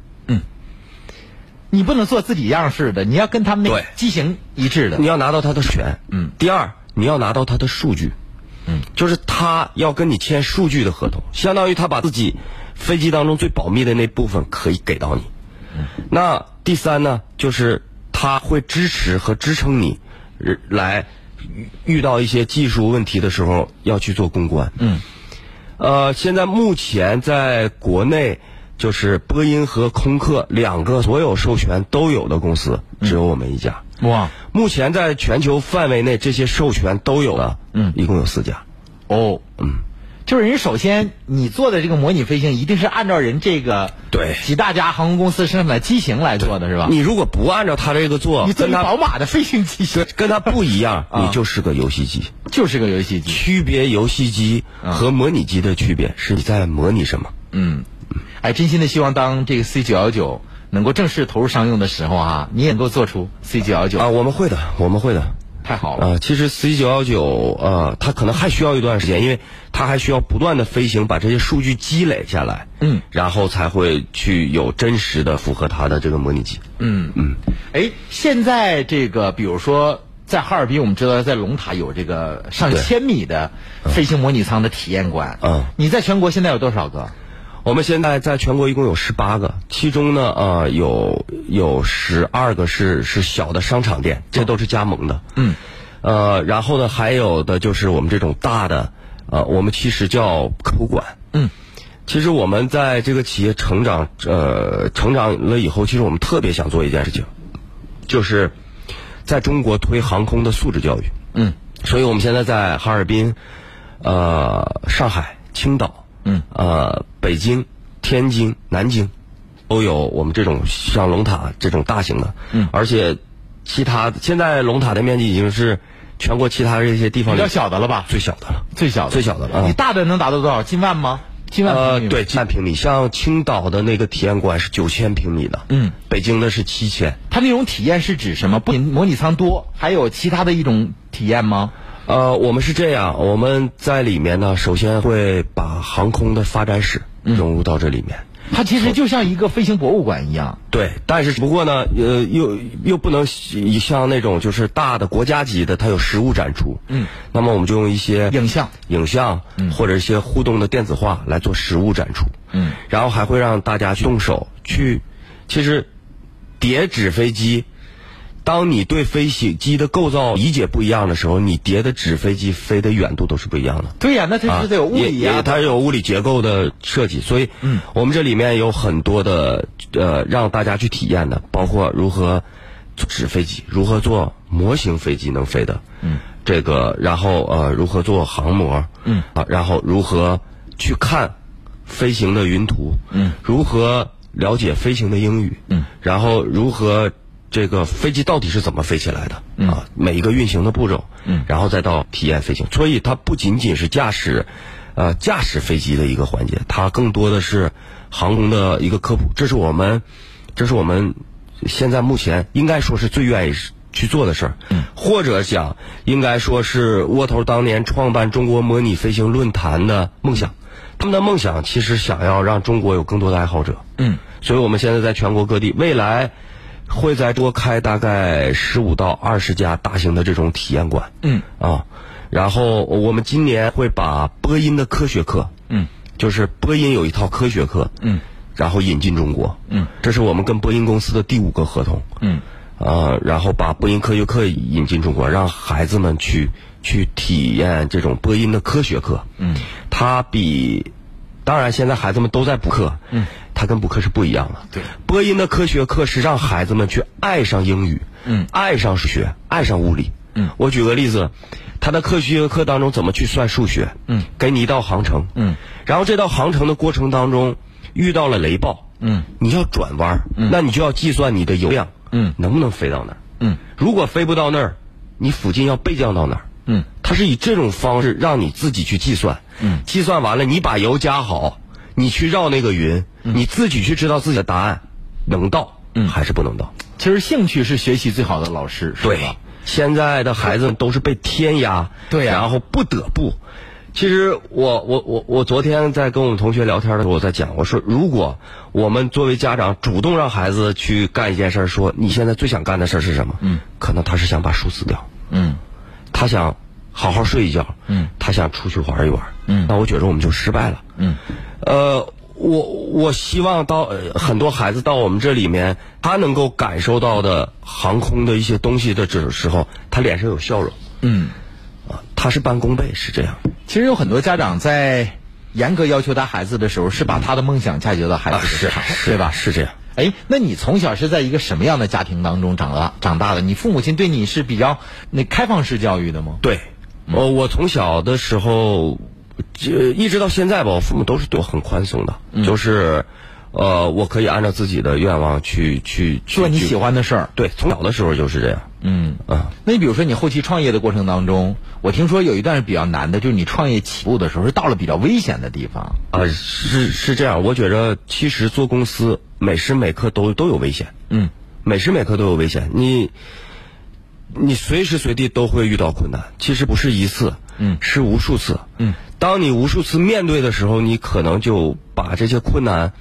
[SPEAKER 1] 你不能做自己样式的，你要跟他们那个
[SPEAKER 3] 对
[SPEAKER 1] 机型一致的
[SPEAKER 3] 你。要拿到它的授权，
[SPEAKER 1] 嗯。
[SPEAKER 3] 第二，你要拿到它的数据，嗯，就是他要跟你签数据的合同，相当于他把自己飞机当中最保密的那部分可以给到你。嗯，那第三呢，就是他会支持和支撑你呃来遇遇到一些技术问题的时候要去做公关。
[SPEAKER 1] 嗯，
[SPEAKER 3] 呃，现在目前在国内。就是波音和空客两个所有授权都有的公司，
[SPEAKER 1] 嗯
[SPEAKER 3] 只有我们一家。
[SPEAKER 1] 哇，
[SPEAKER 3] 目前在全球范围内，这些授权都有了，嗯，一共有四家。
[SPEAKER 1] 哦，
[SPEAKER 3] 嗯，
[SPEAKER 1] 就是人首先你做的这个模拟飞行，一定是按照人这个
[SPEAKER 3] 对
[SPEAKER 1] 几大家航空公司生产的机型来做的是吧？
[SPEAKER 3] 你如果不按照他这个做，
[SPEAKER 1] 你做啊
[SPEAKER 3] 跟
[SPEAKER 1] 一
[SPEAKER 3] 他
[SPEAKER 1] 宝马的飞行机型
[SPEAKER 3] 对跟他不一样，你就是个游戏机。
[SPEAKER 1] 就是个游戏机。
[SPEAKER 3] 区别游戏机
[SPEAKER 1] 啊
[SPEAKER 3] 和模拟机的区别是你在模拟什么？
[SPEAKER 1] 嗯，哎，真心的希望当这个 C 九幺九能够正式投入商用的时候啊，你也能够做出 C 九幺
[SPEAKER 3] 啊，
[SPEAKER 1] 九，
[SPEAKER 3] 我们会的，我们会的。
[SPEAKER 1] 太好了。
[SPEAKER 3] 啊，其实 C 九幺九，呃，它可能还需要一段时间，因为它还需要不断的飞行，把这些数据积累下来，
[SPEAKER 1] 嗯，
[SPEAKER 3] 然后才会去有真实的符合它的这个模拟机。
[SPEAKER 1] 嗯嗯，哎，现在这个，比如说在哈尔滨，我们知道在龙塔有这个上
[SPEAKER 3] 对
[SPEAKER 1] 千米的飞行模拟舱的体验馆。
[SPEAKER 3] 嗯
[SPEAKER 1] 你在全国现在有多少个？
[SPEAKER 3] 我们现在在全国一共有十八个，其中呢，呃，有有十二个是是小的商场店，这都是加盟的。
[SPEAKER 1] 哦嗯，
[SPEAKER 3] 呃，然后呢，还有的就是我们这种大的，呃，我们其实叫科普馆。
[SPEAKER 1] 嗯，
[SPEAKER 3] 其实我们在这个企业成长，呃，成长了以后，其实我们特别想做一件事情，就是在中国推航空的素质教育。
[SPEAKER 1] 嗯
[SPEAKER 3] 所以我们现在在哈尔滨、呃上海、青岛、
[SPEAKER 1] 嗯
[SPEAKER 3] 呃北京、天津、南京，都有我们这种像龙塔这种大型的，
[SPEAKER 1] 嗯
[SPEAKER 3] 而且其他现在龙塔的面积已经是全国其他这些地方
[SPEAKER 1] 比
[SPEAKER 3] 里
[SPEAKER 1] 较小的了吧？
[SPEAKER 3] 最小的了。
[SPEAKER 1] 最小的，
[SPEAKER 3] 嗯最小的了啊
[SPEAKER 1] 你大的能达到多少？近万吗？近万平
[SPEAKER 3] 呃，
[SPEAKER 1] 米嗯吗
[SPEAKER 3] 对，，几万平米，像青岛的那个体验馆是九千平米的，
[SPEAKER 1] 嗯，
[SPEAKER 3] 北京的是七千，
[SPEAKER 1] 它那种体验是指什么？不仅模拟舱多，还有其他的一种体验吗？
[SPEAKER 3] 呃，我们是这样，
[SPEAKER 1] 嗯
[SPEAKER 3] 我们在里面呢，首先会把航空的发展史融入到这里面。
[SPEAKER 1] 它其实就像一个飞行博物馆一样。
[SPEAKER 3] 对，但是只不过呢，呃，又又不能像那种就是大的国家级的，它有实物展出。嗯，那么我们就用一些
[SPEAKER 1] 影像、
[SPEAKER 3] 影像、或者一些互动的电子化来做实物展出。
[SPEAKER 1] 嗯，
[SPEAKER 3] 然后还会让大家去动手去。其实，叠纸飞机，当你对飞行机的构造理解不一样的时候，你叠的纸飞机飞的远度都是不一样的。
[SPEAKER 1] 对呀、那它是得有物理
[SPEAKER 3] 啊也也
[SPEAKER 1] 呀、
[SPEAKER 3] 它有物理结构的设计，所以，嗯，我们这里面有很多的呃让大家去体验的，包括如何做纸飞机，如何做模型飞机能飞的，嗯，这个，然后呃如何做航模，嗯，啊，然后如何去看飞行的云图，嗯，如何了解飞行的英语，嗯，然后如何。这个飞机到底是怎么飞起来的、啊？每一个运行的步骤，嗯，然后再到体验飞行，所以它不仅仅是驾驶，呃，驾驶飞机的一个环节，它更多的是航空的一个科普。这是我们，这是我们现在目前应该说是最愿意去做的事儿，嗯，或者讲应该说是窝头当年创办中国模拟飞行论坛的梦想。他们的梦想其实想要让中国有更多的爱好者，嗯，所以我们现在在全国各地，未来会再多开大概十五到二十家大型的这种体验馆，嗯啊，然后我们今年会把播音的科学课，嗯，就是播音有一套科学课，嗯，然后引进中国，嗯，这是我们跟播音公司的第五个合同，嗯，啊，然后把播音科学课引进中国，让孩子们去去体验这种播音的科学课，嗯，它比当然，现在孩子们都在补课，嗯，它跟补课是不一样的。对，播音的科学课是让孩子们去爱上英语，嗯，爱上数学，爱上物理，嗯。我举个例子，他的科学课当中怎么去算数学，嗯，给你一道航程，嗯，然后这道航程的过程当中遇到了雷暴，嗯，你要转弯，嗯，那你就要计算你的油量，嗯，能不能飞到那儿，嗯，如果飞不到那儿，你附近要备降到哪儿，嗯，它是以这种方式让你自己去计算，嗯，计算完了你把油加好，你去绕那个云，你自己去知道自己的答案能到，嗯，还是不能到。
[SPEAKER 1] 其实兴趣是学习最好的老师，是吧？
[SPEAKER 3] 现在的孩子都是被天压，
[SPEAKER 1] 对呀
[SPEAKER 3] 然后不得不。其实我我我我昨天在跟我们同学聊天的时候，我在讲，我说如果我们作为家长主动让孩子去干一件事儿，说你现在最想干的事儿是什么？嗯，可能他是想把书撕掉，
[SPEAKER 1] 嗯，
[SPEAKER 3] 他想好好睡一觉，嗯，他想出去玩一玩，嗯，那我觉着我们就失败了，嗯，呃，我我希望到呃很多孩子到我们这里面，他能够感受到的航空的一些东西的这种时候，他脸上有笑容，
[SPEAKER 1] 嗯，
[SPEAKER 3] 啊，他是半功倍，是这样，
[SPEAKER 1] 其实有很多家长在严格要求他孩子的时候，是把他的梦想嫁接到孩子身上，对吧？
[SPEAKER 3] 是这样。
[SPEAKER 1] 哎，那你从小是在一个什么样的家庭当中长大长大的？你父母亲对你是比较那开放式教育的吗？
[SPEAKER 3] 对，
[SPEAKER 1] 嗯
[SPEAKER 3] 我、我从小的时候，这一直到现在吧，我父母都是对我很宽松的，
[SPEAKER 1] 嗯
[SPEAKER 3] 就是，呃，我可以按照自己的愿望去去去
[SPEAKER 1] 做你
[SPEAKER 3] 去
[SPEAKER 1] 喜欢的事儿。
[SPEAKER 3] 对，从小的时候就是这样。
[SPEAKER 1] 嗯
[SPEAKER 3] 啊，
[SPEAKER 1] 那你比如说你后期创业的过程当中，我听说有一段是比较难的，就是你创业起步的时候是到了比较危险的地方。
[SPEAKER 3] 啊，是是这样，我觉着其实做公司每时每刻都都有危险，
[SPEAKER 1] 嗯，
[SPEAKER 3] 每时每刻都有危险，你你随时随地都会遇到困难，其实不是一次，嗯，是无数次，嗯，当你无数次面对的时候，你可能就把这些困难，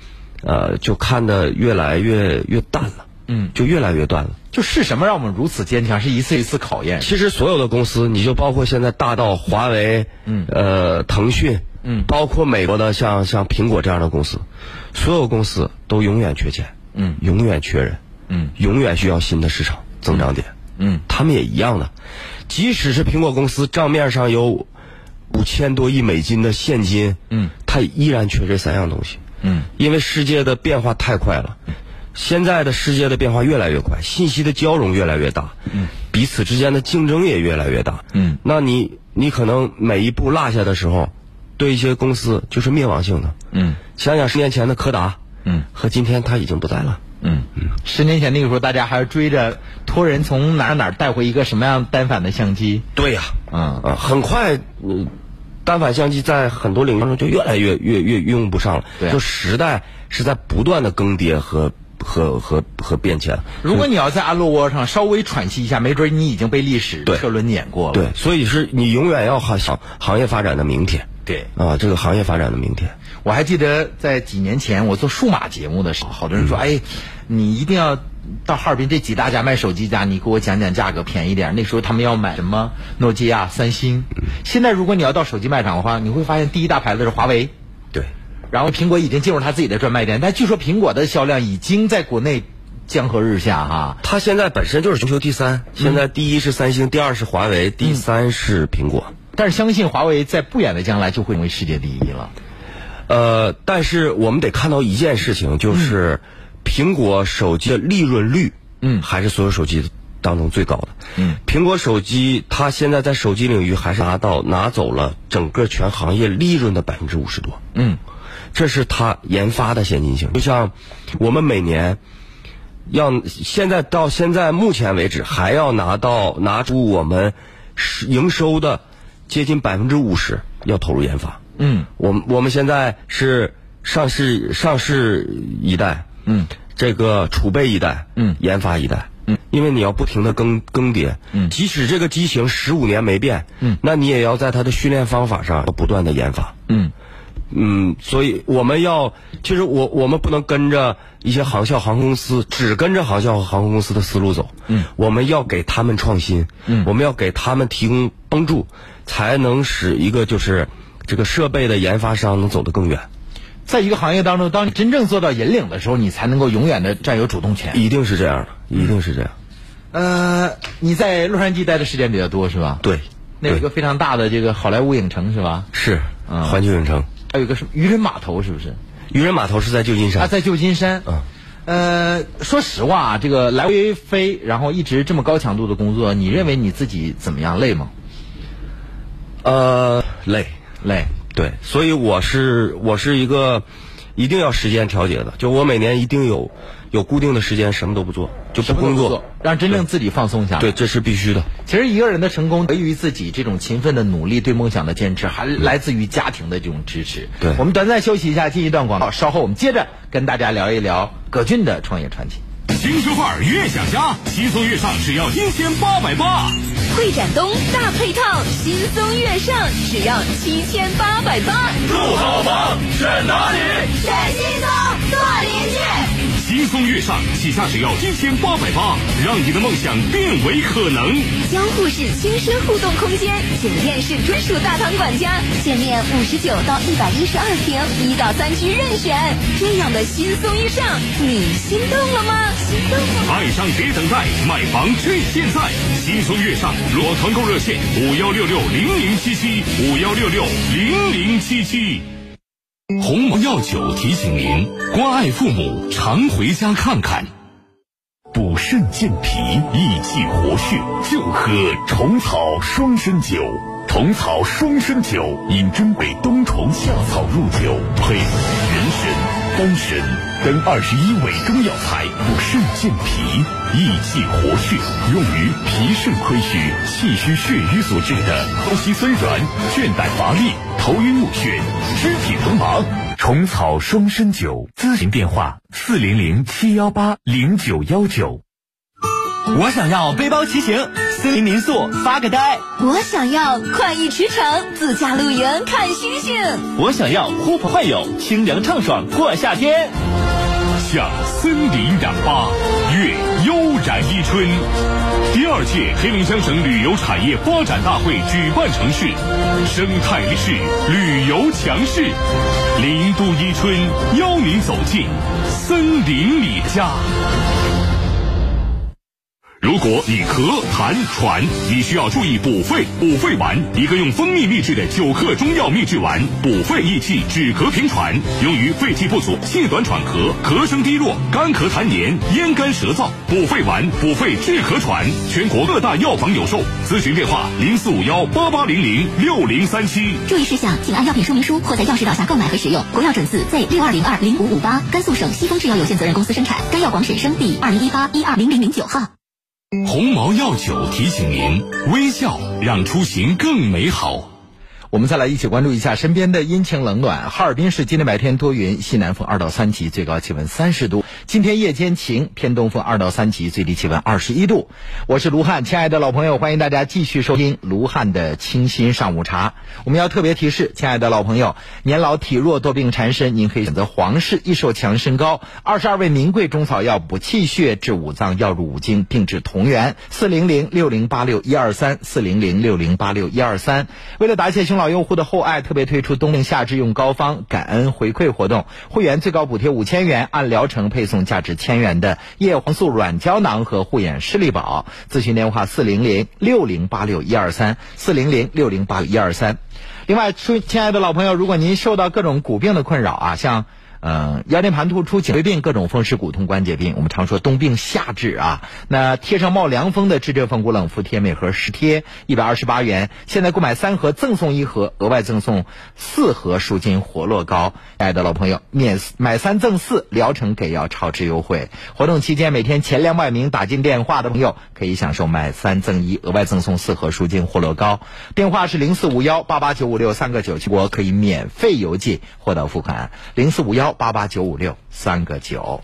[SPEAKER 3] 呃，就看得越来越越淡了，嗯，就越来越淡了。
[SPEAKER 1] 就是什么让我们如此坚强？是一次一次考验。
[SPEAKER 3] 其实所有的公司，你就包括现在大到华为，嗯，呃，腾讯，嗯，包括美国的像像苹果这样的公司，所有公司都永远缺钱，嗯，永远缺人，嗯，永远需要新的市场增长点，嗯，他们也一样的，即使是苹果公司账面上有五千多亿美金的现金，嗯，它依然缺这三样东西，嗯，因为世界的变化太快了。现在的世界的变化越来越快，信息的交融越来越大，嗯，彼此之间的竞争也越来越大，嗯，那你你可能每一步落下的时候，对一些公司就是灭亡性的，嗯，想想十年前的柯达，嗯，和今天它已经不在了，
[SPEAKER 1] 嗯，十年前那个时候，大家还是追着托人从哪儿哪儿带回一个什么样单反的相机。
[SPEAKER 3] 对呀、
[SPEAKER 1] 嗯
[SPEAKER 3] 啊，很快，嗯，单反相机在很多领域当中就越来越越越越用不上了。
[SPEAKER 1] 对啊
[SPEAKER 3] 就时代是在不断的更迭和和和和变迁。
[SPEAKER 1] 如果你要在安乐窝上稍微喘息一下，没准你已经被历史
[SPEAKER 3] 对
[SPEAKER 1] 车轮碾过了。
[SPEAKER 3] 对，所以是你永远要想行业发展的明天。
[SPEAKER 1] 对
[SPEAKER 3] 啊，这个行业发展的明天。
[SPEAKER 1] 我还记得在几年前我做数码节目的时
[SPEAKER 3] 嗯
[SPEAKER 1] 候，好多人说：“哎，你一定要到哈尔滨这几大家卖手机家，你给我讲讲价格便宜点。”那时候他们要买什么诺基亚、三星。
[SPEAKER 3] 嗯
[SPEAKER 1] 现在如果你要到手机卖场的话，你会发现第一大牌子是华为，
[SPEAKER 3] 对，
[SPEAKER 1] 然后苹果已经进入它自己的专卖店，但据说苹果的销量已经在国内江河日下哈。
[SPEAKER 3] 它现在本身就是全球第三，现在第一是三星，第二是华为，第三是苹果。
[SPEAKER 1] 但是相信华为在不远的将来就会成为世界第一了。
[SPEAKER 3] 呃，但是我们得看到一件事情，就是苹果手机的利润率，
[SPEAKER 1] 嗯
[SPEAKER 3] 还是所有手机当中最高的。
[SPEAKER 1] 嗯，
[SPEAKER 3] 苹果手机它现在在手机领域还是拿到拿走了整个全行业利润的百分之五十多。
[SPEAKER 1] 嗯
[SPEAKER 3] 这是它研发的先进性。就像我们每年要现在到现在目前为止，还要拿到拿出我们是营收的接近百分之五十要投入研发。
[SPEAKER 1] 嗯
[SPEAKER 3] 我们我们现在是上市上市一代，
[SPEAKER 1] 嗯，
[SPEAKER 3] 这个储备一代，
[SPEAKER 1] 嗯
[SPEAKER 3] 研发一代，嗯，因为你要不停的更更迭，嗯，即使这个机型十五年没变，嗯，那你也要在它的训练方法上要不断的研发，
[SPEAKER 1] 嗯
[SPEAKER 3] 嗯，所以我们要，其实我我们不能跟着一些航校航空公司，只跟着航校和航空公司的思路走。嗯，我们要给他们创新，嗯，我们要给他们提供帮助，才能使一个就是这个设备的研发商能走得更远。
[SPEAKER 1] 在一个行业当中，当你真正做到引领的时候，你才能够永远的占有主动权。
[SPEAKER 3] 一定是这样的，
[SPEAKER 1] 嗯
[SPEAKER 3] 一定是这样。
[SPEAKER 1] 呃，你在洛杉矶待的时间比较多是吧？，
[SPEAKER 3] 对，
[SPEAKER 1] 那有一个非常大的这个好莱坞影城是吧？
[SPEAKER 3] 是
[SPEAKER 1] 嗯
[SPEAKER 3] 环球影城
[SPEAKER 1] 还有一个什么渔人码头是不是？
[SPEAKER 3] 渔人码头是在旧金
[SPEAKER 1] 啊，
[SPEAKER 3] 山，
[SPEAKER 1] 在旧金山。
[SPEAKER 3] 嗯。
[SPEAKER 1] 呃，说实话，这个来回飞，然后一直这么高强度的工作，你认为你自己怎么样？累吗？
[SPEAKER 3] 呃，累。
[SPEAKER 1] 累。
[SPEAKER 3] 对，所以我是我是一个一定要时间调节的，就我每年一定有有固定的时间，什么都不做，就不工作。
[SPEAKER 1] 让真正自己放松一下。
[SPEAKER 3] 对，，这是必须的。
[SPEAKER 1] 其实一个人的成功，得益于自己这种勤奋的努力、对梦想的坚持，还来自于家庭的这种支持。
[SPEAKER 3] 对
[SPEAKER 1] 我们短暂休息一下，进一段广告，稍后我们接着跟大家聊一聊葛俊的创业传奇。
[SPEAKER 2] 青春范儿越想家，轻松月上只要一千八百八。
[SPEAKER 6] 会展东大配套，轻松月上，只要七千八百八。
[SPEAKER 2] 住好房选哪里？
[SPEAKER 6] 选轻松，做邻居。
[SPEAKER 2] 轻松月上起价只要一千八百八，让你的梦想变为可能。
[SPEAKER 6] 江户式亲身互动空间，酒店式专属大堂管家，建面五十九到一百一十二平，一到三区任选。这样的轻松月上，你心动了吗？心动了吗？
[SPEAKER 2] 爱上别等待，买房趁现在！轻松月上裸团购热线五幺六六零零七七五幺六六零零七七。鸿茅药酒提醒您：关爱父母，常回家看看。补肾健脾、益气活血，就喝虫草双参酒。虫草双参酒饮真北冬虫夏草入酒，配人参、丹参等二十一味中药材，补肾健脾、益气活血，用于脾肾亏虚、气虚血瘀所致的呼吸酸软、倦怠乏力、头晕目眩、肢体疼麻。虫草双参酒，咨询电话：四零零七幺八零九幺九。
[SPEAKER 9] 我想要背包骑行、森林民宿、发个呆，
[SPEAKER 6] 我想要快意驰骋，自驾露营看星星。
[SPEAKER 9] 我想要呼朋唤友、清凉畅爽过夏天。
[SPEAKER 2] 向森林染发，越悠然一春。第二届黑龙江省旅游产业发展大会举办城市，生态力市旅游强市，零度一春邀您走进森林里的家。如果你咳痰喘，你需要注意补肺。补肺丸，一个用蜂蜜秘制的九克中药秘制丸，补肺益气，止咳平喘，用于肺气不足、气短喘咳、咳声低弱、干咳痰黏、咽干舌燥。补肺丸，补肺治咳喘，全国各大药房有售。咨询电话：零四五幺八八零零六零三七。
[SPEAKER 6] 注意事项，请按药品说明书或在药师导下购买和使用。国药准字 Z 六二零二零五五八，甘肃省西峰制药有限责任公司生产。该药广审生第二零一八一二零零零九号。
[SPEAKER 2] 鸿茅药酒提醒您：微笑让出行更美好。
[SPEAKER 1] 我们再来一起关注一下身边的阴晴冷暖。哈尔滨市今天白天多云，西南风二到三级，最高气温三十度。今天夜间晴，偏东风二到三级，最低气温二十一度。我是卢汉，亲爱的老朋友，欢迎大家继续收听卢汉的清新上午茶。我们要特别提示，亲爱的老朋友，年老体弱、多病缠身，您可以选择皇室益寿强身膏，二十二味名贵中草药补气血、治五脏、药入五经，定制同源，四零零六零八六一二三，四零零六零八六一二三。为了答谢熊老用户的厚爱，特别推出冬令夏治用膏方感恩回馈活动，会员最高补贴五千元，按疗程配送价值千元的叶黄素软胶囊和护眼视力宝。咨询电话四零零六零八六一二三，四零零六零八六一二三。另外，亲亲爱的老朋友，如果您受到各种骨病的困扰啊，像呃腰间盘突出、颈椎病、各种风湿骨痛、关节病，我们常说冬病夏治啊。那贴上冒凉风的治这风骨冷敷贴每盒十贴，一百二十八元。现在购买三盒赠送一盒，额外赠送四盒舒筋活络膏。亲爱的老朋友，免买三赠四，疗程给药超值优惠。活动期间，每天前两百名打进电话的朋友可以享受买三赠一，额外赠送四盒舒筋活络膏。电话是零四五幺八八九五六三个九，全国可以免费邮寄货到付款。零四五幺八八九五六三个九。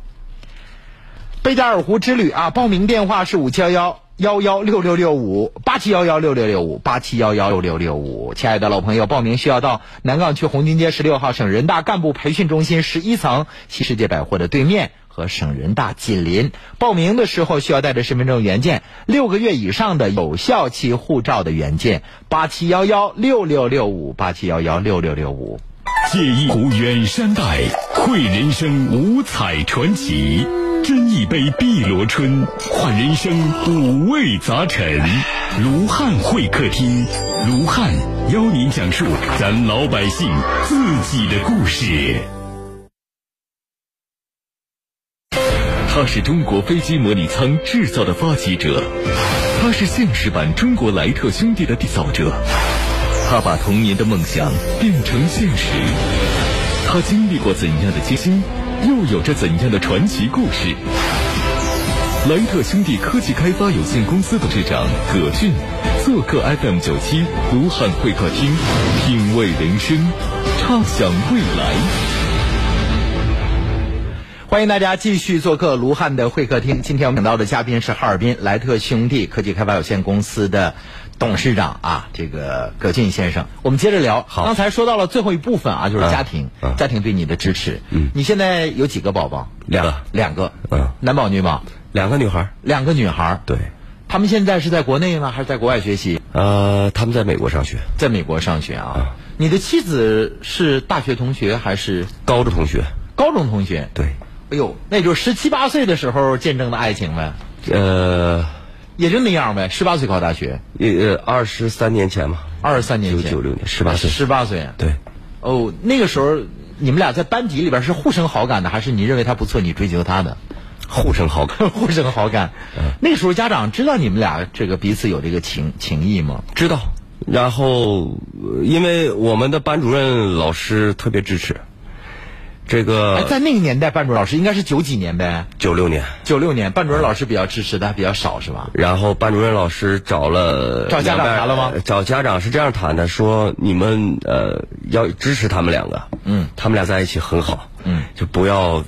[SPEAKER 1] 贝加尔湖之旅啊，报名电话是五七幺幺幺幺六六六五八七幺幺六六六五八七幺幺六六六五。亲爱的老朋友，报名需要到南岗区红军街十六号省人大干部培训中心十一层西世界百货的对面。和省人大紧邻，报名的时候需要带着身份证原件、六个月以上的有效期护照的原件，八七幺幺六六六五八七幺幺六六六五。
[SPEAKER 5] 借一壶远山黛，绘人生五彩传奇；斟一杯碧螺春，换人生五味杂陈。卢汉会客厅，卢汉邀您讲述咱老百姓自己的故事。
[SPEAKER 2] 他是中国飞机模拟舱制造的发起者，他是现实版中国莱特兄弟的缔造者，他把童年的梦想变成现实。他经历过怎样的艰辛，又有着怎样的传奇故事？莱特兄弟科技开发有限公司董事长葛俊做客 FM 九七卢汉会客厅，品味人生，畅想未来。
[SPEAKER 1] 欢迎大家继续做客卢汉的会客厅。今天我们请到的嘉宾是哈尔滨莱特兄弟科技开发有限公司的董事长啊，这个葛俊先生。我们接着聊，
[SPEAKER 3] 好
[SPEAKER 1] 刚才说到了最后一部分啊，就是家庭，
[SPEAKER 3] 嗯嗯
[SPEAKER 1] 家庭对你的支持。嗯，你现在有几个宝宝？
[SPEAKER 3] 两个，
[SPEAKER 1] 两个，
[SPEAKER 3] 嗯，
[SPEAKER 1] 男宝女宝，
[SPEAKER 3] 两个女孩儿。
[SPEAKER 1] 两个女孩儿。
[SPEAKER 3] 对，
[SPEAKER 1] 他们现在是在国内呢，还是在国外学习？
[SPEAKER 3] 呃，他们在美国上学，
[SPEAKER 1] 在美国上学啊。你的妻子是大学同学还是
[SPEAKER 3] 高中同学。
[SPEAKER 1] 高中同学？
[SPEAKER 3] 对，
[SPEAKER 1] 哎呦，那也就是十七八岁的时候见证的爱情呗。
[SPEAKER 3] 呃，
[SPEAKER 1] 也就那样呗，十八岁考大学，
[SPEAKER 3] 呃，二十三年前嘛，
[SPEAKER 1] 二十三年前，
[SPEAKER 3] 九九六年，十八岁。
[SPEAKER 1] 十八岁，
[SPEAKER 3] 对，
[SPEAKER 1] 哦，那个时候你们俩在班级里边是互生好感的，还是你认为他不错，你追求他的？
[SPEAKER 3] 互生好感。
[SPEAKER 1] 互生好感。
[SPEAKER 3] 嗯
[SPEAKER 1] 那个时候家长知道你们俩这个彼此有这个情情谊吗？
[SPEAKER 3] 知道。然后，呃因为我们的班主任老师特别支持，这
[SPEAKER 1] 哎，
[SPEAKER 3] 个
[SPEAKER 1] 在那个年代，班主任老师应该是九几年呗，
[SPEAKER 3] 九六年，
[SPEAKER 1] 九六年，班主任老师比较支持的还比较少是吧？
[SPEAKER 3] 然后班主任老师找了
[SPEAKER 1] 找家长
[SPEAKER 3] 两边
[SPEAKER 1] 谈了吗
[SPEAKER 3] 呃找家长是这样谈的，说你们呃要支持他们两个，
[SPEAKER 1] 嗯，
[SPEAKER 3] 他们俩在一起很好，
[SPEAKER 1] 嗯，
[SPEAKER 3] 就不要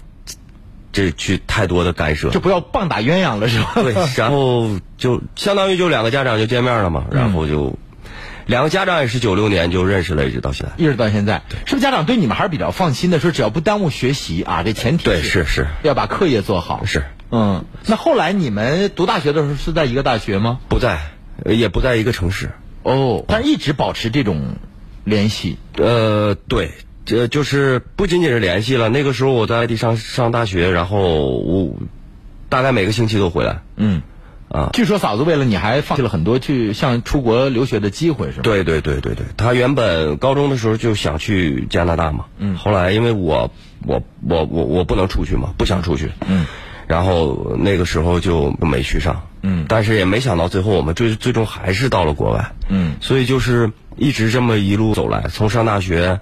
[SPEAKER 3] 这去太多的干涉
[SPEAKER 1] 就，不要棒打鸳鸯了是吧？
[SPEAKER 3] 对，然后就相当于就两个家长就见面了嘛，
[SPEAKER 1] 嗯
[SPEAKER 3] 然后就、两个家长也是九六年就认识了，一直到现在，
[SPEAKER 1] 一直到现在，是不是家长对你们还是比较放心的？说只要不耽误学习啊，这前提
[SPEAKER 3] 对，是是
[SPEAKER 1] 要把课业做好。
[SPEAKER 3] 是，
[SPEAKER 1] 嗯，那后来你们读大学的时候是在一个大学吗？
[SPEAKER 3] 不在，呃也不在一个城市，
[SPEAKER 1] 哦，但是一直保持这种联系。
[SPEAKER 3] 呃，对，这就是不仅仅是联系了。那个时候我在外地上上大学，然后我大概每个星期都回来。
[SPEAKER 1] 嗯，
[SPEAKER 3] 啊
[SPEAKER 1] 据说嫂子为了你还放弃了很多去像出国留学的机会，是吗？，
[SPEAKER 3] 对对对对对，他原本高中的时候就想去加拿大嘛，嗯，后来因为我我我我我不能出去嘛，不想出去，嗯，然后那个时候就没去上，
[SPEAKER 1] 嗯
[SPEAKER 3] 但是也没想到最后我们最最终还是到了国外，
[SPEAKER 1] 嗯
[SPEAKER 3] 所以就是一直这么一路走来，从上大学，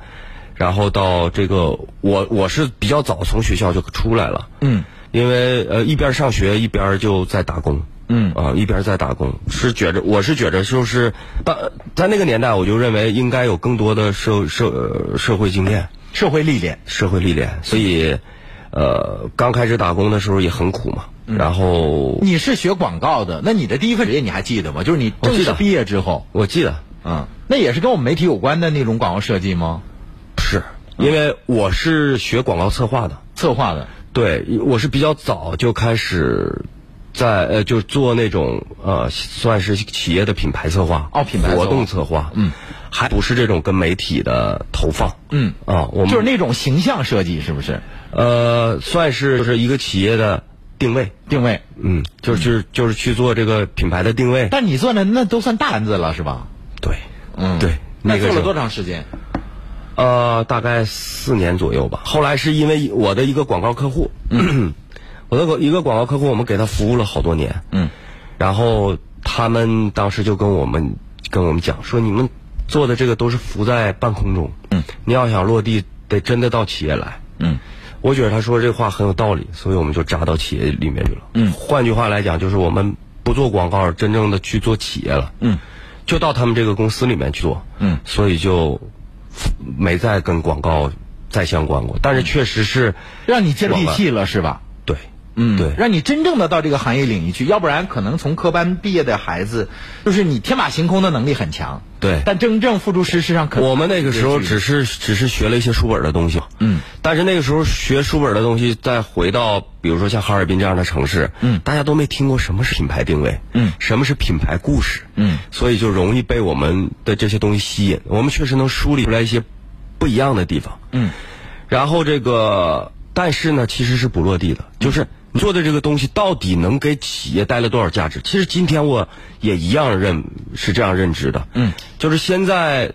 [SPEAKER 3] 然后到这个，我我是比较早从学校就出来了，
[SPEAKER 1] 嗯，
[SPEAKER 3] 因为呃一边上学一边就在打工，
[SPEAKER 1] 嗯
[SPEAKER 3] 啊、一边在打工，是觉着我是觉着就是当在那个年代，我就认为应该有更多的社社呃社会经验、
[SPEAKER 1] 社会历练，
[SPEAKER 3] 社会历练，所以呃刚开始打工的时候也很苦嘛，
[SPEAKER 1] 嗯
[SPEAKER 3] 然后
[SPEAKER 1] 你是学广告的，那你的第一份职业你还记得吗？就是你
[SPEAKER 3] 我
[SPEAKER 1] 正
[SPEAKER 3] 记
[SPEAKER 1] 式
[SPEAKER 3] 得
[SPEAKER 1] 毕业之后，
[SPEAKER 3] 我记得
[SPEAKER 1] 嗯，那也是跟我们媒体有关的那种广告设计吗？
[SPEAKER 3] 是因为我是学广告策划的，
[SPEAKER 1] 策划的，
[SPEAKER 3] 对，我是比较早就开始在呃，就做那种呃，算是企业的品牌策划，
[SPEAKER 1] 哦品牌策划
[SPEAKER 3] 活动策划，嗯，还不是这种跟媒体的投放，
[SPEAKER 1] 嗯
[SPEAKER 3] 啊，我们
[SPEAKER 1] 就是那种形象设计，是不是？
[SPEAKER 3] 呃，算是就是一个企业的定位，
[SPEAKER 1] 定位，
[SPEAKER 3] 嗯，就是就是去做这个品牌的定位，
[SPEAKER 1] 但你做的那都算大篮子了，是吧？
[SPEAKER 3] 对，
[SPEAKER 1] 嗯，
[SPEAKER 3] 对，
[SPEAKER 1] 那
[SPEAKER 3] 那个
[SPEAKER 1] 做了
[SPEAKER 3] 时
[SPEAKER 1] 多
[SPEAKER 3] 候
[SPEAKER 1] 长时间？
[SPEAKER 3] 呃，大概四年左右吧。后来是因为我的一个广告客户， 我的一个广告客户，我们给他服务了好多年，
[SPEAKER 1] 嗯，
[SPEAKER 3] 然后他们当时就跟我们跟我们讲说，你们做的这个都是浮在半空中，嗯，你要想落地，得真的到企业来，
[SPEAKER 1] 嗯，
[SPEAKER 3] 我觉得他说这话很有道理，所以我们就扎到企业里面去了，嗯，换句话来讲，就是我们不做广告，真正的去做企业了，
[SPEAKER 1] 嗯，
[SPEAKER 3] 就到他们这个公司里面去做，
[SPEAKER 1] 嗯
[SPEAKER 3] 所以就没再跟广告再相关过，但是确实是
[SPEAKER 1] 让你接地气了，是吧？
[SPEAKER 3] 对，
[SPEAKER 1] 嗯，
[SPEAKER 3] 对，
[SPEAKER 1] 让你真正的到这个行业领域去，要不然可能从科班毕业的孩子，就是你天马行空的能力很强，
[SPEAKER 3] 对
[SPEAKER 1] 但真正付诸实施上可能
[SPEAKER 3] 我们那个时候只是只是学了一些书本的东西，嗯，但是那个时候学书本的东西，再回到比如说像哈尔滨这样的城市，嗯，大家都没听过什么是品牌定位，嗯，什么是品牌故事，
[SPEAKER 1] 嗯，
[SPEAKER 3] 所以就容易被我们的这些东西吸引。我们确实能梳理出来一些不一样的地方，
[SPEAKER 1] 嗯，
[SPEAKER 3] 然后这个但是呢，其实是不落地的，
[SPEAKER 1] 嗯
[SPEAKER 3] 就是。你做的这个东西到底能给企业带来多少价值？其实今天我也一样认是这样认知的，嗯，就是现在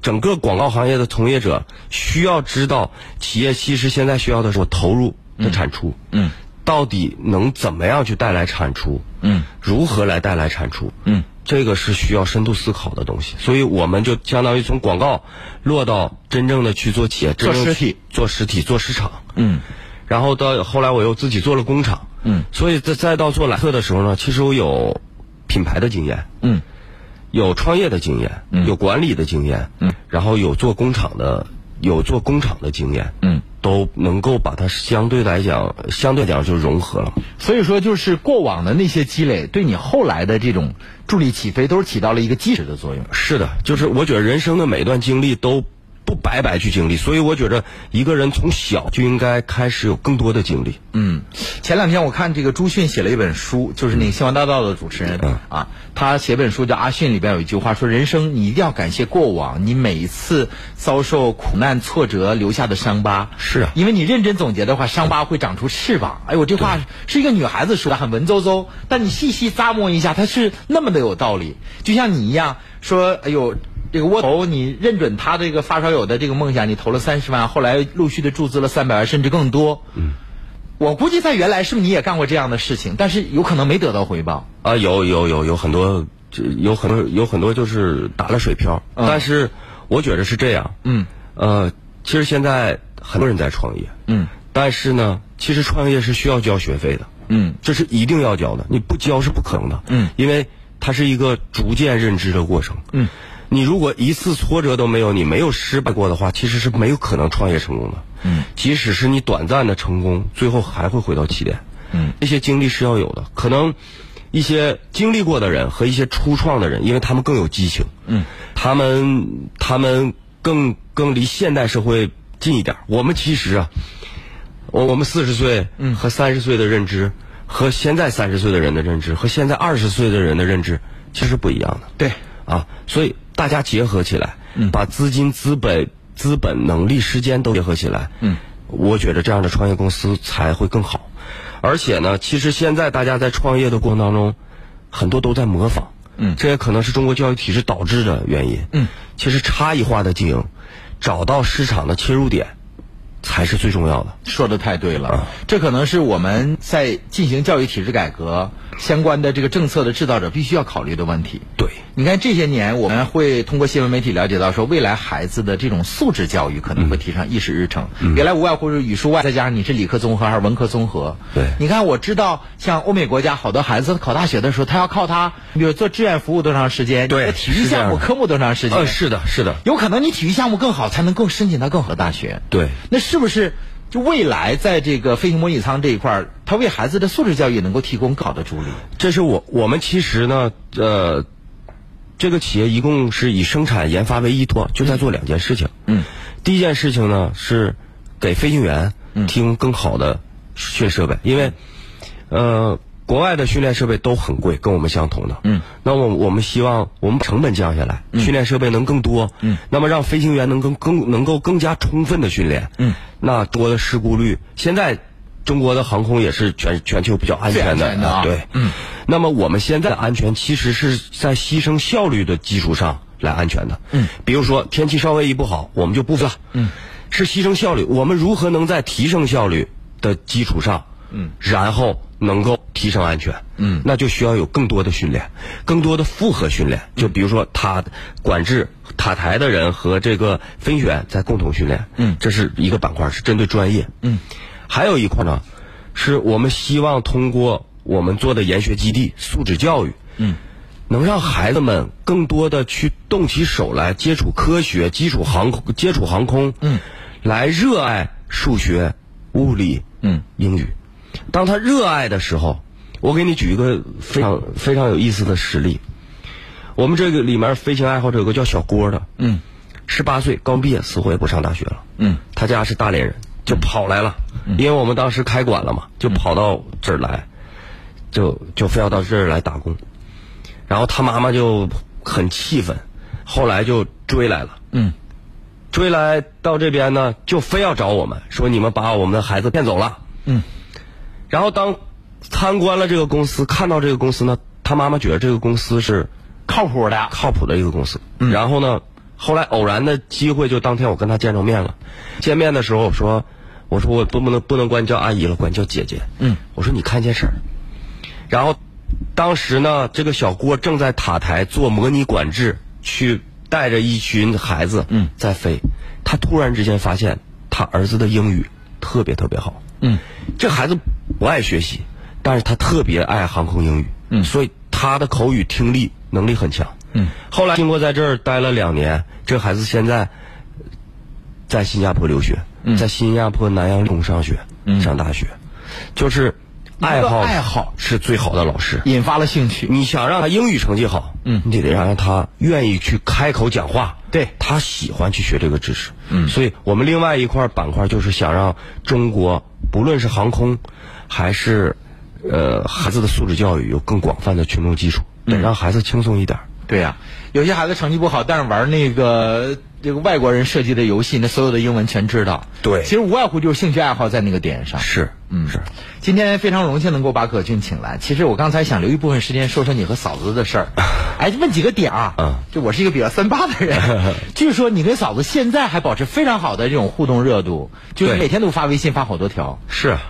[SPEAKER 3] 整个广告行业的从业者需要知道，企业其实现在需要的是我投入的产出，
[SPEAKER 1] 嗯嗯
[SPEAKER 3] 到底能怎么样去带来产出，
[SPEAKER 1] 嗯，
[SPEAKER 3] 如何来带来产出，
[SPEAKER 1] 嗯，
[SPEAKER 3] 这个是需要深度思考的东西，所以我们就相当于从广告落到真正的去做企业，
[SPEAKER 1] 做
[SPEAKER 3] 真正
[SPEAKER 1] 实体
[SPEAKER 3] 去做实体，做市场，
[SPEAKER 1] 嗯，
[SPEAKER 3] 然后到后来我又自己做了工厂，
[SPEAKER 1] 嗯，
[SPEAKER 3] 所以再再到做揽客的时候呢，其实我有品牌的经验，
[SPEAKER 1] 嗯，
[SPEAKER 3] 有创业的经验，
[SPEAKER 1] 嗯
[SPEAKER 3] 有管理的经验，嗯，然后有做工厂的，有做工厂的经验，
[SPEAKER 1] 嗯，
[SPEAKER 3] 都能够把它相对来讲，相对来讲就融合了嘛。
[SPEAKER 1] 所以说，就是过往的那些积累，对你后来的这种助力起飞，都是起到了一个基石的作用。
[SPEAKER 3] 是的，就是我觉得人生的每一段经历都不白白去经历，所以我觉得一个人从小就应该开始有更多的经历。
[SPEAKER 1] 嗯，前两天我看这个朱迅写了一本书，就是
[SPEAKER 3] 嗯
[SPEAKER 1] 那个《新闻大道》的主持人、啊，他写本书叫《阿迅》，里边有一句话说：“人生你一定要感谢过往，你每一次遭受苦难、挫折留下的伤疤。”
[SPEAKER 3] 是啊
[SPEAKER 1] 因为你认真总结的话，伤疤会长出翅膀。哎呦，这话是一个女孩子说的， 很文绉绉，但你细细咂摸一下，它是那么的有道理。就像你一样说：“哎呦。”这个窝头，你认准他这个发烧友的这个梦想，你投了三十万，后来陆续的注资了三百万，甚至更多。我估计在原来是不是你也干过这样的事情，但是有可能没得到回报。
[SPEAKER 3] 啊，有有有有很多，这有很多有很多就是打了水漂，
[SPEAKER 1] 嗯
[SPEAKER 3] 但是我觉得是这样，
[SPEAKER 1] 嗯，
[SPEAKER 3] 呃，其实现在很多人在创业，
[SPEAKER 1] 嗯，
[SPEAKER 3] 但是呢，其实创业是需要交学费的，
[SPEAKER 1] 嗯，
[SPEAKER 3] 这是一定要交的，你不交是不可能的，
[SPEAKER 1] 嗯，
[SPEAKER 3] 因为它是一个逐渐认知的过程，
[SPEAKER 1] 嗯，
[SPEAKER 3] 你如果一次挫折都没有，你没有失败过的话，其实是没有可能创业成功的，嗯，即使是你短暂的成功，最后还会回到起点，
[SPEAKER 1] 嗯，
[SPEAKER 3] 这些经历是要有的，可能一些经历过的人和一些初创的人，因为他们更有激情，
[SPEAKER 1] 嗯，
[SPEAKER 3] 他们他们更更离现代社会近一点儿。我们其实啊，我我们四十岁和三十岁的认知，和现在三十岁的人的认知，和现在二十岁的人的认知，其实不一样的。
[SPEAKER 1] 对，
[SPEAKER 3] 啊，所以大家结合起来，把资金、资本、资本、能力、时间都结合起来，嗯，我觉得这样的创业公司才会更好。而且呢，其实现在大家在创业的过程当中，很多都在模仿，嗯，这也可能是中国教育体制导致的原因，嗯，其实差异化的经营，找到市场的切入点，才是最重要的。
[SPEAKER 1] 说的太对了，这可能是我们在进行教育体制改革相关的这个政策的制造者必须要考虑的问题。
[SPEAKER 3] 对
[SPEAKER 1] 你看这些年，我们会通过新闻媒体了解到说，未来孩子的这种素质教育可能
[SPEAKER 3] 嗯
[SPEAKER 1] 会提上议事日程。原来无外乎是语数外，再加上你是理科综合还是文科综合。
[SPEAKER 3] 对
[SPEAKER 1] 你看我知道，像欧美国家好多孩子考大学的时候，他要靠他，比如做志愿服务多长时间，你
[SPEAKER 3] 对
[SPEAKER 1] 的体育
[SPEAKER 3] 是这样
[SPEAKER 1] 项目
[SPEAKER 3] 的
[SPEAKER 1] 科目多长时间，
[SPEAKER 3] 呃，是的，是的，
[SPEAKER 1] 有可能你体育项目更好，才能更申请到更好的大学。
[SPEAKER 3] 对
[SPEAKER 1] 那是不是就未来在这个飞行模拟舱这一块儿，它为孩子的素质教育能够提供更好的助力？
[SPEAKER 3] 这是我我们其实呢，呃，这个企业一共是以生产研发为依托，就在做两件事情。
[SPEAKER 1] 嗯，
[SPEAKER 3] 第一件事情呢是给飞行员
[SPEAKER 1] 嗯
[SPEAKER 3] 提供更好的训练设备，因为呃，国外的训练设备都很贵，跟我们相同的。
[SPEAKER 1] 嗯，
[SPEAKER 3] 那么我们希望我们成本降下来，训练设备能更多。嗯，那么让飞行员能更更能够更加充分的训练。
[SPEAKER 1] 嗯，
[SPEAKER 3] 那多的事故率，现在中国的航空也是全全球比较安全
[SPEAKER 1] 最
[SPEAKER 3] 的，
[SPEAKER 1] 安全的啊
[SPEAKER 3] 对。嗯，那么我们现在的安全其实是在牺牲效率的基础上来安全的。嗯，比如说天气稍微一不好，我们就不飞了。嗯，是牺牲效率。我们如何能在提升效率的基础上，嗯，然后能够提升安全？嗯，那就需要有更多的训练，更多的复合训练。就比如说塔管制塔台的人和这个飞行员在共同训练。嗯，这是一个板块，是针对专业。嗯，还有一块呢。是我们希望通过我们做的研学基地素质教育，嗯，能让孩子们更多的去动起手来接触科学、基础航空、接触航空，嗯，来热爱数学、物理、嗯、英语。当他热爱的时候，我给你举一个非常非常有意思的实例。我们这个里面飞行爱好者有个叫小郭的，嗯，十八岁刚毕业，死活也不上大学了，嗯，他家是大连人，就跑来了，因为我们当时开馆了嘛，就跑到这儿来，就就非要到这儿来打工，然后他妈妈就很气愤，后来就追来了，嗯，追来到这边呢，就非要找我们说你们把我们的孩子骗走了，嗯，然后当参观了这个公司，看到这个公司呢，他妈妈觉得这个公司是。
[SPEAKER 1] 靠谱的，嗯
[SPEAKER 3] 靠谱的一个公司。然后呢，后来偶然的机会，就当天我跟他见着面了。见面的时候，我说，我说我不不能不能管你叫阿姨了，管你叫姐姐。嗯，我说你看件事儿。然后，当时呢，这个小郭正在塔台做模拟管制，去带着一群孩子，嗯，在飞。他突然之间发现，他儿子的英语特别特别好。嗯，这孩子不爱学习，但是他特别爱航空英语。嗯，所以他的口语听力能力很强。嗯，后来经过在这儿待了两年，这孩子现在在新加坡留学，在新加坡南洋理工上学，上大学，就是爱好
[SPEAKER 1] 爱好
[SPEAKER 3] 是最好的老师。
[SPEAKER 1] 引发了兴趣。
[SPEAKER 3] 你想让他英语成绩好，嗯，你得让他愿意去开口讲话，
[SPEAKER 1] 对
[SPEAKER 3] 他喜欢去学这个知识，嗯，所以我们另外一块板块就是想让中国不论是航空，还是呃孩子的素质教育有更广泛的群众基础，得让孩子轻松一点儿。
[SPEAKER 1] 对呀、有些孩子成绩不好，但是玩那个这个外国人设计的游戏，那所有的英文全知道。
[SPEAKER 3] 对
[SPEAKER 1] 其实无外乎就是兴趣爱好在那个点上。
[SPEAKER 3] 是，嗯，是，
[SPEAKER 1] 今天非常荣幸能够把葛俊请来。其实我刚才想留一部分时间说说你和嫂子的事 儿，哎，问几个点啊。
[SPEAKER 3] 嗯
[SPEAKER 1] 就我是一个比较三八的 人，据说你跟嫂子现在还保持非常好的这种互动热度，就是
[SPEAKER 3] 对
[SPEAKER 1] 每天都发微信发好多条，
[SPEAKER 3] 是。啊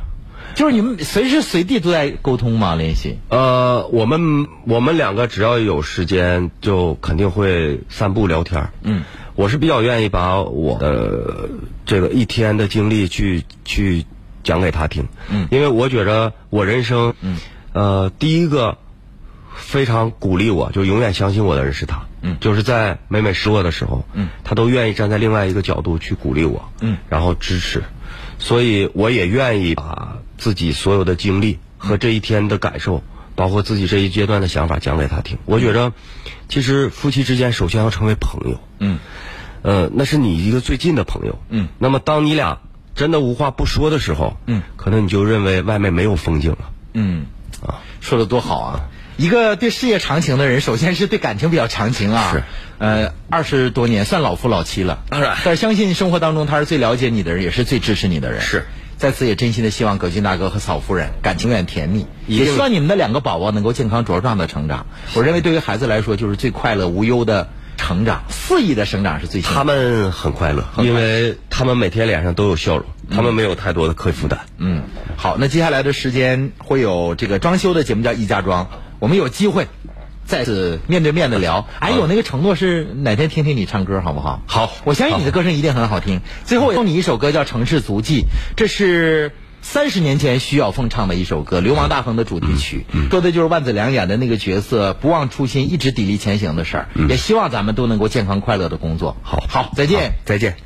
[SPEAKER 1] 就是你们随时随地都在沟通嘛联系。
[SPEAKER 3] 呃，我们我们两个只要有时间，就肯定会散步聊天嗯，我是比较愿意把我的这个一天的经历去去讲给他听，嗯，因为我觉着我人生，嗯，呃，第一个非常鼓励我，就永远相信我的人是他。嗯，就是在每每失落的时候，嗯，他都愿意站在另外一个角度去鼓励我，嗯，然后支持，所以我也愿意把自己所有的经历和这一天的感受，包括自己这一阶段的想法讲给他听。我觉着，其实夫妻之间首先要成为朋友，嗯，呃，那是你一个最近的朋友，嗯，那么当你俩真的无话不说的时候，嗯，可能你就认为外面没有风景了。
[SPEAKER 1] 嗯，啊，说的多好啊！一个对事业长情的人，首先是对感情比较长情啊。
[SPEAKER 3] 是。
[SPEAKER 1] 呃，二十多年算老夫老妻了。
[SPEAKER 3] 当然
[SPEAKER 1] 但是相信生活当中他是最了解你的人，也是最支持你的人。
[SPEAKER 3] 是。
[SPEAKER 1] 在此也真心的希望葛军大哥和嫂夫人感情永远甜蜜，
[SPEAKER 3] 一定
[SPEAKER 1] 也希望你们的两个宝宝能够健康茁壮的成长。我认为对于孩子来说，就是最快乐无忧的成长，肆意的生长是最幸福的。
[SPEAKER 3] 他们很快乐，因为他们每天脸上都有笑容，他们没有太多的课业负担。
[SPEAKER 1] 嗯，好，那接下来的时间会有这个装修的节目叫一家装，我们有机会。再次面对面的聊。哎，有那个承诺是哪天听听你唱歌好不好？
[SPEAKER 3] 好
[SPEAKER 1] 我相信你的歌声一定很好听。最后我送你一首歌叫《城市足迹》，这是。三十年前，徐小凤唱的一首歌《流氓大亨》的主题曲，说的就是万梓良演的那个角色不忘初嗯心，一直砥砺前行的事儿。也希望咱们都能够健康快乐的工作。好，好，再见，
[SPEAKER 3] 再见。